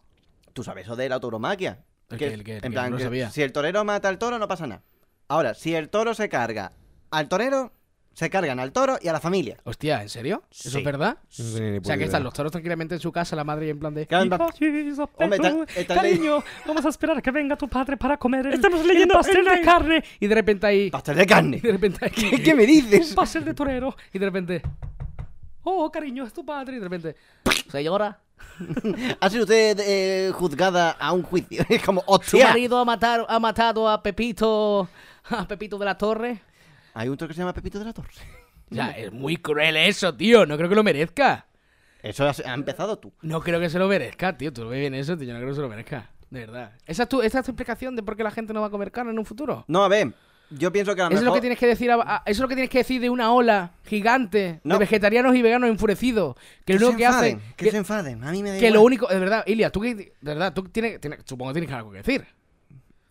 S4: Tú sabes eso de la tauromaquia.
S2: El
S4: Que-
S2: que- el que- el que
S4: en plan,
S2: no lo
S4: que
S2: sabía.
S4: si el torero mata al toro, no pasa nada. Ahora, si el toro se carga al torero, se cargan al toro y a la familia.
S2: Hostia, ¿en serio? ¿Eso
S4: Sí.
S2: es verdad?
S3: No tenía ni
S2: O sea,
S3: puta
S2: que
S3: idea.
S2: están los toros tranquilamente en su casa, la madre en plan de...
S4: Claro, en plan-
S5: Hijo, sí, sí,
S4: Hombre,
S5: Pedro,
S4: tal- eh, tal vez-
S5: Cariño, vamos a esperar que venga tu padre para comer el, el pastel de carne.
S2: Y de repente ahí...
S4: ¡Pastel
S2: *laughs*
S4: de carne!
S2: Y de repente ahí...
S4: *laughs* ¿Qué, qué me
S2: *laughs*
S4: dices?
S5: Pastel de torero.
S2: Y de repente... Oh, cariño, es tu padre. Y de repente... Señora,
S4: *laughs* Ha sido usted eh, juzgada a un juicio. *laughs* Es como,
S2: su
S4: hostia.
S2: marido ha, matar, ha matado a Pepito... A Pepito de la Torre.
S4: Hay un otro que se llama Pepito de la Torre.
S2: Ya, es muy cruel eso, tío. No creo que lo merezca.
S4: Eso has- ha empezado tú.
S2: No creo que se lo merezca, tío. Tú lo ves bien eso, tío. Yo no creo que se lo merezca. De verdad. ¿Esa es tu, esa es tu explicación de por qué la gente no va a comer carne en un futuro?
S4: No, a ver, yo pienso que a lo
S2: Eso es lo
S4: mejor...
S2: que tienes que decir a- a- eso es lo que tienes que decir de una ola gigante de
S4: No.
S2: vegetarianos y veganos enfurecidos. Que
S4: se
S2: lo único que hacen.
S4: enfaden, Que, se
S2: Que,
S4: enfaden, a mí me da
S2: que
S4: igual.
S2: lo único. De verdad, Ilia, tú que. De verdad, tú tienes, tienes- Supongo que tienes algo que decir.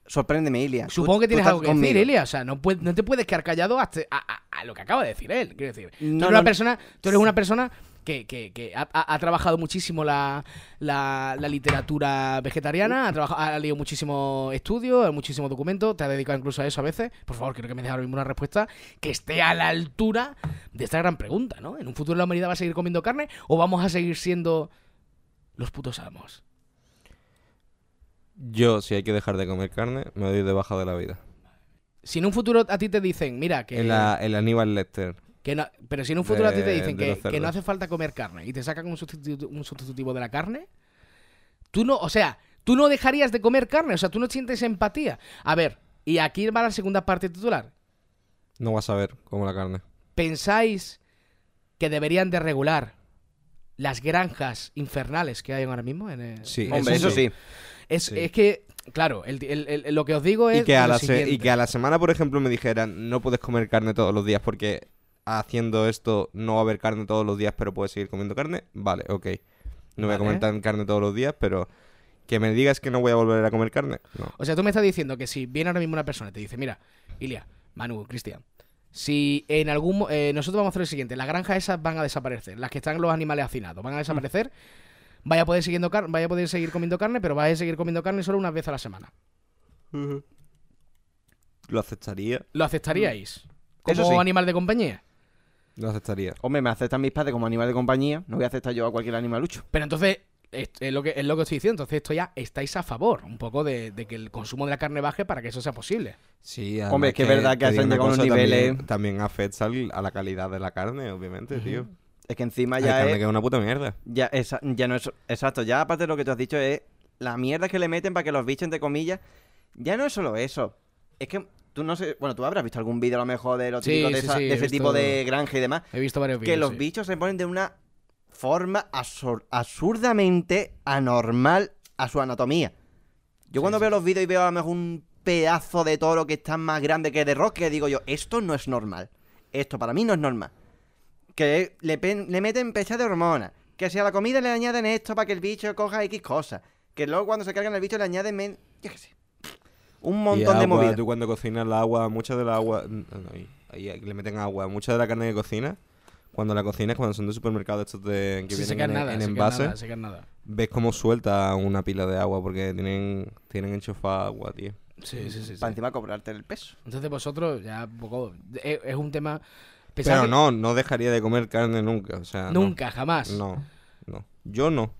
S4: Sorpréndeme, Ilia. Tú-
S2: Supongo que
S4: tú
S2: tienes
S4: estás
S2: algo que
S4: conmigo.
S2: decir, Ilia. O sea, no, puedes- no te puedes quedar callado hasta- a, a- a lo que acaba de decir él. Quiero decir, tú,
S4: No,
S2: eres
S4: no,
S2: una
S4: no.
S2: persona, tú eres una persona que, que- que ha, ha- ha trabajado muchísimo la, la- la literatura vegetariana, ha, trabajado, ha leído muchísimos estudios, muchísimos documentos, te ha dedicado incluso a eso a veces. Por favor, quiero que me dejes ahora mismo una respuesta que esté a la altura de esta gran pregunta, ¿no? ¿En un futuro la humanidad va a seguir comiendo carne o vamos a seguir siendo los putos amos?
S3: Yo, si hay que dejar de comer carne, me doy de baja de la vida.
S2: Si en un futuro a ti te dicen, mira, que...
S3: El, a- el Aníbal Lecter.
S2: Que no- pero si en un futuro a ti te
S3: De-
S2: dicen
S3: Eh, de
S2: que,
S3: los cerdos.
S2: que no hace falta comer carne y te sacan un sustitutivo, un sustitutivo de la carne, tú no, o sea, tú no dejarías de comer carne, o sea, tú no sientes empatía. A ver, y aquí va la segunda parte titular.
S3: No vas a ver cómo la carne.
S2: ¿Pensáis que deberían de regular las granjas infernales que hay ahora mismo? En, eh,
S3: Sí,
S2: en
S4: Hombre,
S2: el
S4: eso
S3: Eso
S4: sí.
S3: sí.
S2: Es,
S3: sí.
S2: es que, claro, el- el- el- lo que os digo es...
S3: Y que, a
S2: lo
S3: la se- y
S2: siguiente.
S3: que a la semana, por ejemplo, me dijeran, no puedes comer carne todos los días porque haciendo esto no va a haber carne todos los días, pero puedes seguir comiendo carne. Vale, ok. No
S2: Vale.
S3: voy a comer tan carne todos los días, pero que me digas que no voy a volver a comer carne. No.
S2: O sea, tú me estás diciendo que si viene ahora mismo una persona y te dice, mira, Ilia, Manu, Cristian, si en algún... mo- eh, nosotros vamos a hacer lo siguiente, las granjas esas van a desaparecer, las que están los animales hacinados,
S4: Mm.
S2: van a desaparecer, vaya a poder, siguiendo car- vaya a poder seguir comiendo carne, pero vas a seguir comiendo carne solo una vez a la semana.
S3: Lo aceptaría.
S2: ¿Lo aceptaríais?
S4: Mm. Eso
S2: ¿Como
S4: sí.
S2: animal de compañía?
S3: Lo aceptaría.
S4: Hombre, me aceptan mis padres como animal de compañía. No voy a aceptar yo a cualquier animalucho.
S2: Pero entonces, es, es lo, que, es lo que estoy diciendo, entonces esto ya estáis a favor un poco de, de que el consumo de la carne baje para que eso sea posible.
S3: Sí,
S4: Hombre, es que es verdad que se han llegado a unos niveles-
S3: También, afecta al- a la calidad de la carne, obviamente, tío.
S4: Es que encima
S3: Hay
S4: ya
S3: carne
S4: es...
S3: que es una puta mierda.
S4: Ya, esa- ya no es. Exacto, ya aparte de lo que tú has dicho es la mierda que le meten para que los bichos, entre comillas. Ya no es solo eso. Es que tú no sé. Bueno, tú habrás visto algún vídeo a lo mejor de los
S2: Sí,
S4: típicos de,
S2: sí,
S4: esa-
S2: sí,
S4: de
S2: he
S4: ese
S2: visto-
S4: tipo de granja y demás.
S2: He visto varios
S4: que
S2: vídeos,
S4: los
S2: sí.
S4: bichos se ponen de una forma absur- absurdamente anormal a su anatomía. Yo cuando veo los vídeos y veo a lo mejor un pedazo de toro que está más grande que de roque, digo yo, esto no es normal. Esto para mí no es normal. Que le, pen- le meten pecha de hormonas. Que si a la comida le añaden esto para que el bicho coja X cosas. Que luego cuando se cargan el bicho le añaden men- yo qué sé. Un
S3: Y
S4: montón de
S3: agua,
S4: movidas.
S3: Tú cuando cocinas la agua, mucha de la agua. no, no, ahí- ahí le meten agua. Mucha de la carne que cocinas, cuando la cocinas, cuando son de supermercado estos de, que
S2: Sí, se
S4: e-,
S3: vienen
S2: quedan
S3: en,
S2: nada,
S3: en
S2: se quedan
S3: envase,
S2: nada, se quedan nada.
S3: ves cómo suelta una pila de agua porque tienen, tienen enchufada agua, tío.
S2: Sí, sí, sí. sí.
S4: Para encima cobrarte el peso.
S2: Entonces vosotros ya un poco... eh, Es, es un tema... pensad
S3: Pero
S2: que-
S3: no, no dejaría de comer carne nunca. O sea, no.
S2: Nunca, jamás.
S3: No, no. Yo no.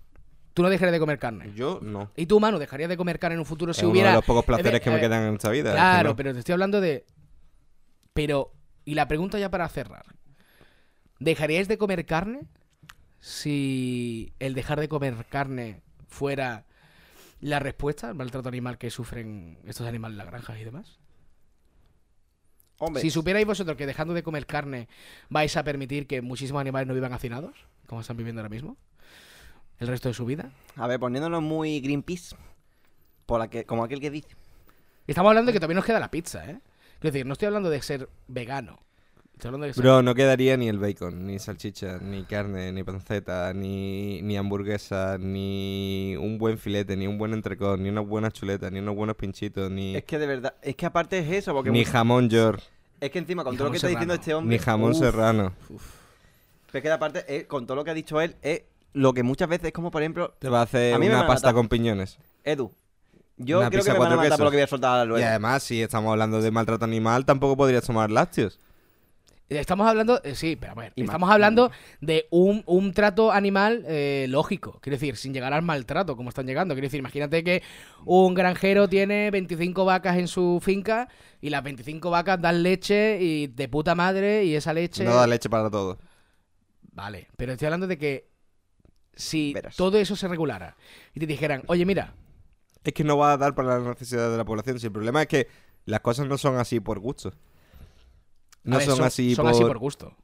S2: Tú no dejarías de comer carne.
S3: Yo no.
S2: Y tú, Manu, dejarías de comer carne en un futuro si
S3: es
S2: hubiera...
S3: uno de los pocos
S2: Es de-
S3: placeres que
S2: eh,
S3: me quedan en esta vida. es que
S2: Claro,
S3: no.
S2: pero te estoy hablando de... Pero... Y la pregunta ya para cerrar. ¿Dejaríais de comer carne si el dejar de comer carne fuera la respuesta al maltrato animal que sufren estos animales en las granjas y demás?
S4: Hombre.
S2: Si supierais vosotros que dejando de comer carne vais a permitir que muchísimos animales no vivan hacinados, como están viviendo ahora mismo, el resto de su vida.
S4: A ver, poniéndonos muy Greenpeace. Por la que, como aquel que dice.
S2: Estamos hablando de que todavía nos queda la pizza, ¿eh? Quiero decir, no estoy hablando de ser vegano. Estoy hablando de ser
S3: Bro, no quedaría ni el bacon, ni salchicha, ni carne, ni panceta, ni, ni hamburguesa, ni un buen filete, ni un buen entrecot, ni unas buenas chuletas, ni unos buenos pinchitos, ni,
S4: Es que de verdad, es que aparte es eso, porque
S3: ni
S4: mu-
S3: jamón york,
S4: es que encima con
S2: Ni
S4: todo lo
S2: jamón
S4: que está diciendo
S2: serrano.
S4: este hombre,
S3: ni jamón
S4: uf,
S3: serrano.
S4: Es que aparte, eh, con todo lo que ha dicho él, es lo que muchas veces es como, por ejemplo,
S3: Te va a hacer
S4: A mí me van
S3: una
S4: a
S3: pasta
S4: matar.
S3: con piñones.
S4: Edu. Yo
S3: Una
S4: creo que
S3: pizza
S4: me van a
S3: cuatro
S4: matar por lo
S3: quesos.
S4: que voy a soltar
S3: Y
S4: luego.
S3: además, si estamos hablando de maltrato animal, tampoco podrías tomar lácteos.
S2: Estamos hablando, eh, sí, pero a ver,
S4: Y ma-
S2: estamos hablando de un, un trato animal eh, lógico, quiero decir, sin llegar al maltrato como están llegando. Quiero decir, imagínate que un granjero tiene 25 vacas en su finca y las 25 vacas dan leche y de puta madre y esa leche...
S3: No da leche para todo.
S2: Vale, pero estoy hablando de que si
S4: Verás.
S2: todo eso se regulara y te dijeran, oye, mira,
S3: Es que no va a dar para las necesidades de la población. Si el problema es que las cosas no son así por gusto.
S2: a
S3: No
S2: ver,
S3: son, así,
S2: son
S3: por,
S2: así por gusto.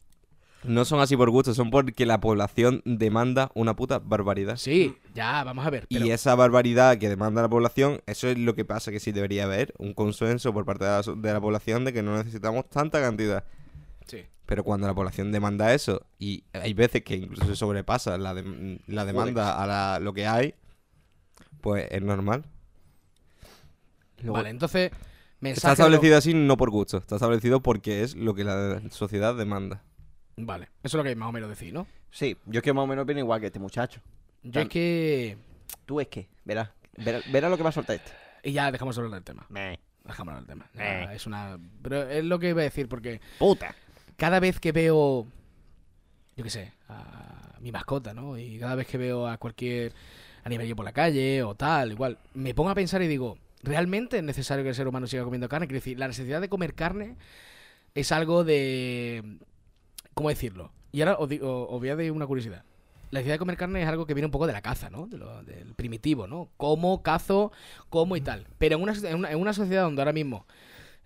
S3: No son así por gusto, son porque la población demanda una puta barbaridad.
S2: Sí, ya, vamos a ver. Pero,
S3: Y esa barbaridad que demanda la población, eso es lo que pasa que sí debería haber un consenso por parte de la, so- de la población de que no necesitamos tanta cantidad.
S2: sí.
S3: Pero cuando la población demanda eso, y hay veces que incluso se sobrepasa la, dem- la demanda a la- lo que hay, pues es normal.
S2: Vale, entonces...
S3: Está
S2: Mensaje de los-
S3: establecido así no por gusto, está establecido porque es lo que la sociedad demanda.
S2: Vale, eso es lo que más o menos decís, ¿no?
S4: Sí, yo es que más o menos opino igual que este muchacho.
S2: Yo es que...
S4: Tú es que, verás, verás, verás lo que va a soltar este.
S2: Y ya dejamos hablar del tema.
S4: Meh,
S2: Dejamos hablar del tema. Nada,
S3: Eh.
S2: es una. Pero es lo que iba a decir, porque
S4: Puta.
S2: cada vez que veo. Yo qué sé, a mi mascota, ¿no? Y cada vez que veo a cualquier animalillo por la calle o tal, igual, me pongo a pensar y digo, ¿realmente es necesario que el ser humano siga comiendo carne? Quiero decir, la necesidad de comer carne es algo de. ¿Cómo decirlo? Y ahora os, digo, os voy a dar una curiosidad. La necesidad de comer carne es algo que viene un poco de la caza, ¿no? De lo- del primitivo, ¿no? Como, cazo, como y tal. Pero en una, en una, en una sociedad donde ahora mismo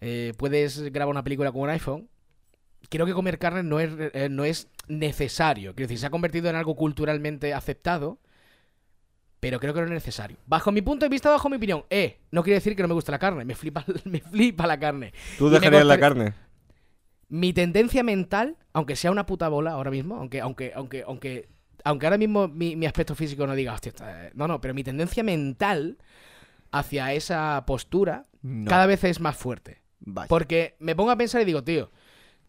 S2: eh, puedes grabar una película con un iPhone, creo que comer carne no es, eh, no es necesario. Quiero decir, se ha convertido en algo culturalmente aceptado, pero creo que no es necesario. Bajo mi punto de vista, bajo mi opinión, eh, no quiere decir que no me gusta la carne, me flipa, *laughs* me flipa la carne.
S3: ¿Tú
S2: Y me
S3: dejarías la
S2: consta-
S3: carne?
S2: mi tendencia mental, aunque sea una puta bola ahora mismo, aunque, aunque, aunque, aunque, aunque ahora mismo mi, mi aspecto físico no diga, hostia, está- no, no, pero mi tendencia mental hacia esa postura
S4: No.
S2: cada vez es más fuerte.
S4: Vaya.
S2: Porque me pongo a pensar y digo, tío,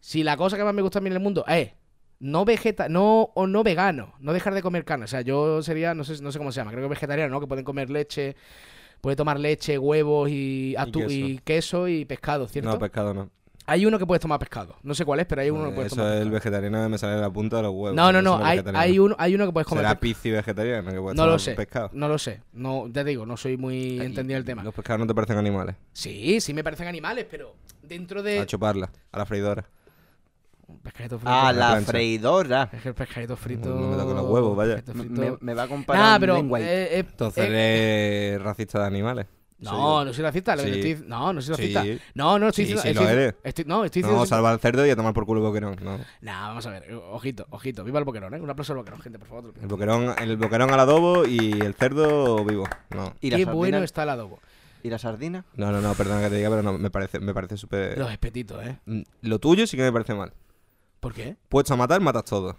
S2: si la cosa que más me gusta a mí en el mundo es no vegeta, no, o no vegano, no dejar de comer carne. O sea, yo sería, no sé, no sé cómo se llama, creo que vegetariano, ¿no? Que pueden comer leche, puede tomar leche, huevos y, atu-
S3: queso.
S2: y queso y pescado, ¿cierto?
S3: No, pescado no.
S2: Hay uno que puedes tomar pescado. No sé cuál es, pero hay Eh, uno que puedes
S3: Eso
S2: tomar
S3: es el
S2: pescado.
S3: vegetariano que me sale de la punta de los huevos.
S2: No, no,
S3: eso
S2: no.
S3: es
S2: Hay,
S3: vegetariano.
S2: hay uno, hay uno que puedes comer
S3: ¿Será
S2: pescado.
S3: pici vegetariano? Que puede
S2: No lo
S3: tomar
S2: sé.
S3: pescado.
S2: No lo sé. No, ya te digo, no soy muy
S3: Y
S2: entendido el tema.
S3: Los pescados no te parecen animales.
S2: Sí, sí me parecen animales, pero dentro de.
S3: A chuparla, a la freidora.
S2: Pescadito frito.
S4: A
S3: la
S4: la
S3: plancha.
S4: freidora.
S2: Es que el pescadito frito.
S3: No me toquen los huevos, vaya.
S2: pescadito
S4: Me-
S2: frito-
S4: Me, me va a comparar
S2: Nah,
S4: un
S2: pero.
S4: lengua ahí.
S2: eh, eh,
S3: Entonces
S2: eh,
S3: eres racista de animales.
S2: no, no soy racista. lo que
S3: Sí.
S2: estoy dic- No, no soy
S3: Sí.
S2: racista. No, no, estoy
S3: Sí,
S2: diciendo.
S3: sí
S2: estoy
S3: lo
S2: dic-
S3: eres.
S2: estoy- no, estoy diciendo.
S3: No, salva al cerdo y a tomar por culo el boquerón. No.
S2: Nah, vamos a ver. eh, Ojito, ojito. Viva el boquerón, ¿eh? Un aplauso al boquerón, gente, por favor. te lo pido.
S3: El boquerón, el boquerón al adobo y el cerdo vivo. No.
S4: ¿Y, la
S2: Qué
S4: sardina?
S2: bueno está el adobo.
S4: ¿Y la sardina?
S3: No, no, no, perdona que te diga, pero no, me parece, me parece súper.
S2: Los espetitos, ¿eh?
S3: Mm, Lo tuyo sí que me parece mal.
S2: ¿Por qué?
S3: Puesto a matar, matas todo.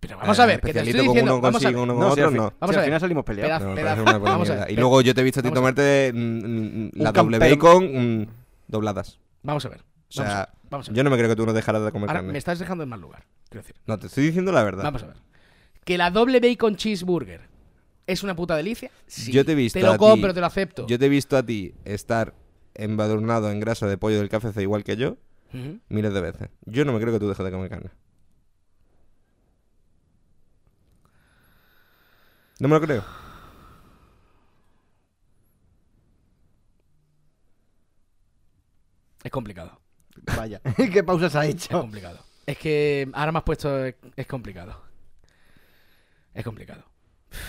S2: Pero vamos
S3: Eh,
S2: a ver, que te
S3: especialito
S2: estoy diciendo.
S3: con uno
S2: Vamos a
S3: consigo,
S2: ver.
S3: uno con otro,
S4: al, fi-
S3: no.
S2: Vamos
S4: si
S2: a
S4: al
S2: ver.
S4: final salimos peleados.
S2: Pedazo,
S3: No, me
S2: pedazo.
S3: parece una buena
S2: Vamos a
S3: idea.
S2: ver.
S3: Y luego yo te he visto a ti
S2: Vamos a-
S3: tomarte mm, mm, la
S4: Un campeón.
S3: doble bacon mm, dobladas.
S2: Vamos a ver.
S3: O sea,
S2: vamos a ver, vamos a ver.
S3: Yo no me creo que tú no dejaras de comer
S2: Ahora
S3: carne.
S2: me estás dejando en mal lugar. Quiero decir,
S3: No, te estoy diciendo la verdad.
S2: vamos a ver. Que la doble bacon cheeseburger es una puta delicia. Sí.
S3: Yo te he visto
S2: Te lo
S3: a ti-
S2: compro, te lo acepto.
S3: Yo te he visto a ti estar embadurnado en grasa de pollo del KFC igual que yo
S2: Ujú.
S3: miles de veces. Yo no me creo que tú dejes de comer carne. No me lo creo.
S2: Es complicado.
S4: Vaya. *laughs* ¿Qué pausa se ha
S2: Es
S4: hecho?
S2: complicado. Es que ahora me has puesto. Es complicado. Es complicado. pues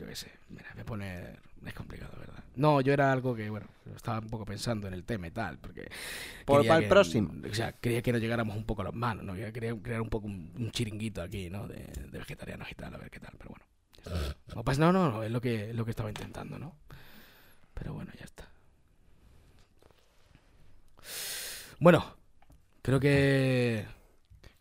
S2: Yo qué sé. Mira, voy a poner. Es complicado, ¿verdad? No, yo era algo que, bueno, estaba un poco pensando en el tema y tal, porque.
S4: Por-
S2: quería
S4: para el
S2: que-
S4: próximo.
S2: O sea, quería que nos llegáramos un poco a las manos, ¿no? Quería quería crear un poco un, un chiringuito aquí, ¿no? De, de vegetarianos y tal, a ver qué tal, pero bueno. ya está. No pasa- no, no, no, es lo que, es lo que estaba intentando, ¿no? Pero bueno, ya está. Bueno, creo que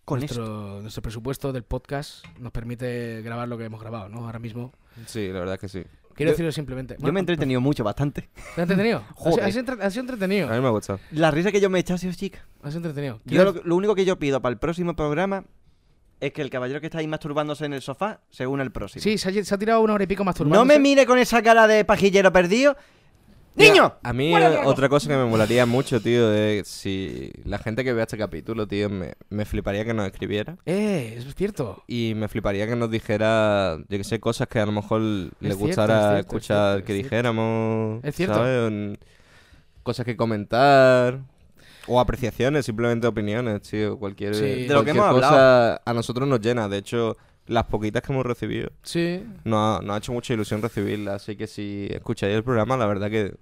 S4: Con esto.
S2: nuestro, nuestro presupuesto del podcast nos permite grabar lo que hemos grabado, ¿no? Ahora mismo.
S3: Sí, la verdad es que sí.
S2: Quiero
S4: Yo-
S2: deciros simplemente.
S4: Yo me he entretenido mucho, bastante.
S2: ¿Te has
S4: *laughs*
S2: entretenido?
S4: Joder.
S2: Has, has entre- has sido entretenido.
S3: A mí me ha gustado.
S4: La risa que yo me he echado ha sido chica.
S2: Has sido entretenido.
S4: Yo
S2: Quiero-
S4: lo, lo único que yo pido para el próximo programa es que el caballero que está ahí masturbándose en el sofá se une al próximo.
S2: Sí, se ha, se ha tirado una hora y pico masturbando.
S4: No me mire con esa cara de pajillero perdido. ¡Niño!
S3: A mí eh, otra cosa que me molaría mucho, tío, es si la gente que vea este capítulo, tío, me, me fliparía que nos escribiera.
S2: Eh, es cierto.
S3: Y me fliparía que nos dijera, yo que sé, cosas que a lo mejor le
S2: cierto,
S3: gustara
S2: es cierto, es
S3: escuchar
S2: cierto,
S3: que
S2: es cierto.
S3: dijéramos.
S2: Es cierto.
S3: ¿sabes? Un- Cosas que comentar. O apreciaciones, simplemente opiniones, tío. Cualquier,
S2: Sí. De
S4: lo que
S3: cualquier
S4: hemos
S3: cosa
S4: hablado.
S3: a nosotros nos llena. De hecho, las poquitas que hemos recibido
S2: Sí,
S3: nos ha, nos ha hecho mucha ilusión recibirlas. Así que si escucháis el programa, la verdad que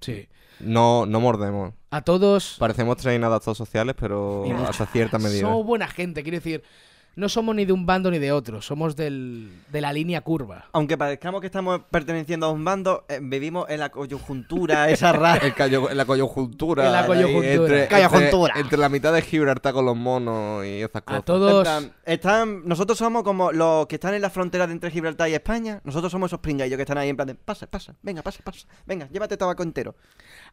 S2: sí.
S3: no, no mordemos.
S2: A todos.
S3: Parecemos tres inadaptados sociales, pero
S2: Y mucho.
S3: hasta cierta medida.
S4: eh.
S2: Somos buena gente, quiero decir. No somos ni de un bando ni de otro. Somos del, de la línea curva.
S4: Aunque parezcamos que estamos perteneciendo a un bando, eh, vivimos en la *laughs* coyuntura esa rara.
S3: El callo- en la coyuntura.
S2: En la
S3: ahí,
S2: coyuntura.
S3: Entre,
S4: Coyuntura.
S3: Entre, entre la mitad de Gibraltar con los monos y esas
S2: A
S3: cosas.
S2: todos.
S4: Están- están- nosotros somos como los que están en la frontera de entre Gibraltar y España. Nosotros somos esos pringallos que están ahí en plan de pasa, pasa, venga, pasa, pasa, venga, llévate tabaco entero.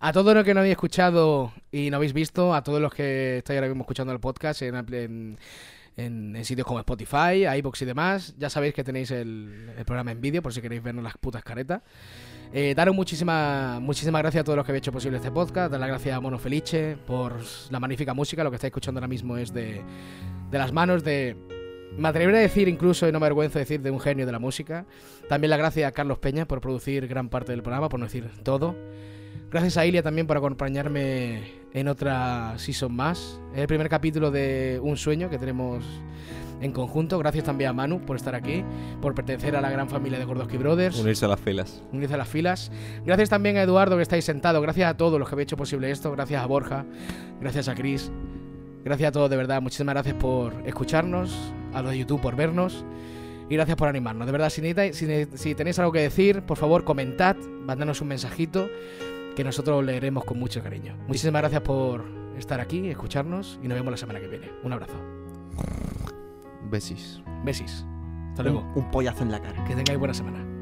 S2: A todos los que no habéis escuchado y no habéis visto, a todos los que estáis ahora mismo escuchando el podcast en, Apple- en, en- en sitios como Spotify, iBox y demás, ya sabéis que tenéis el, el programa en vídeo por si queréis vernos las putas caretas. Eh, daros muchísimas muchísimas gracias a todos los que habéis hecho posible este podcast. Dar las gracias a Mono Felice por la magnífica música. Lo que estáis escuchando ahora mismo es de, de las manos de. Me atrevería a decir incluso, y no me avergüenzo de decir, de un genio de la música. También las gracias a Carlos Peña por producir gran parte del programa, por no decir todo. Gracias a Ilia también por acompañarme en otra season más. Es el primer capítulo de Un Sueño que tenemos en conjunto. Gracias también a Manu por estar aquí, por pertenecer a la gran familia de Gordoski Brothers
S3: Unirse a las filas.
S2: unirse a las filas. Gracias también a Eduardo que estáis sentado, gracias a todos los que habéis hecho posible esto, gracias a Borja, gracias a Chris, gracias a todos de verdad, muchísimas gracias por escucharnos, a los de YouTube por vernos y gracias por animarnos. De verdad, si, necesitáis- si ne- si tenéis algo que decir, por favor comentad, mandadnos un mensajito que nosotros leeremos con mucho cariño. Muchísimas gracias por estar aquí, escucharnos y nos vemos la semana que viene. Un abrazo.
S3: Besis.
S2: Besis. Hasta luego.
S4: Un, un pollazo en la cara.
S2: Que tengáis buena semana.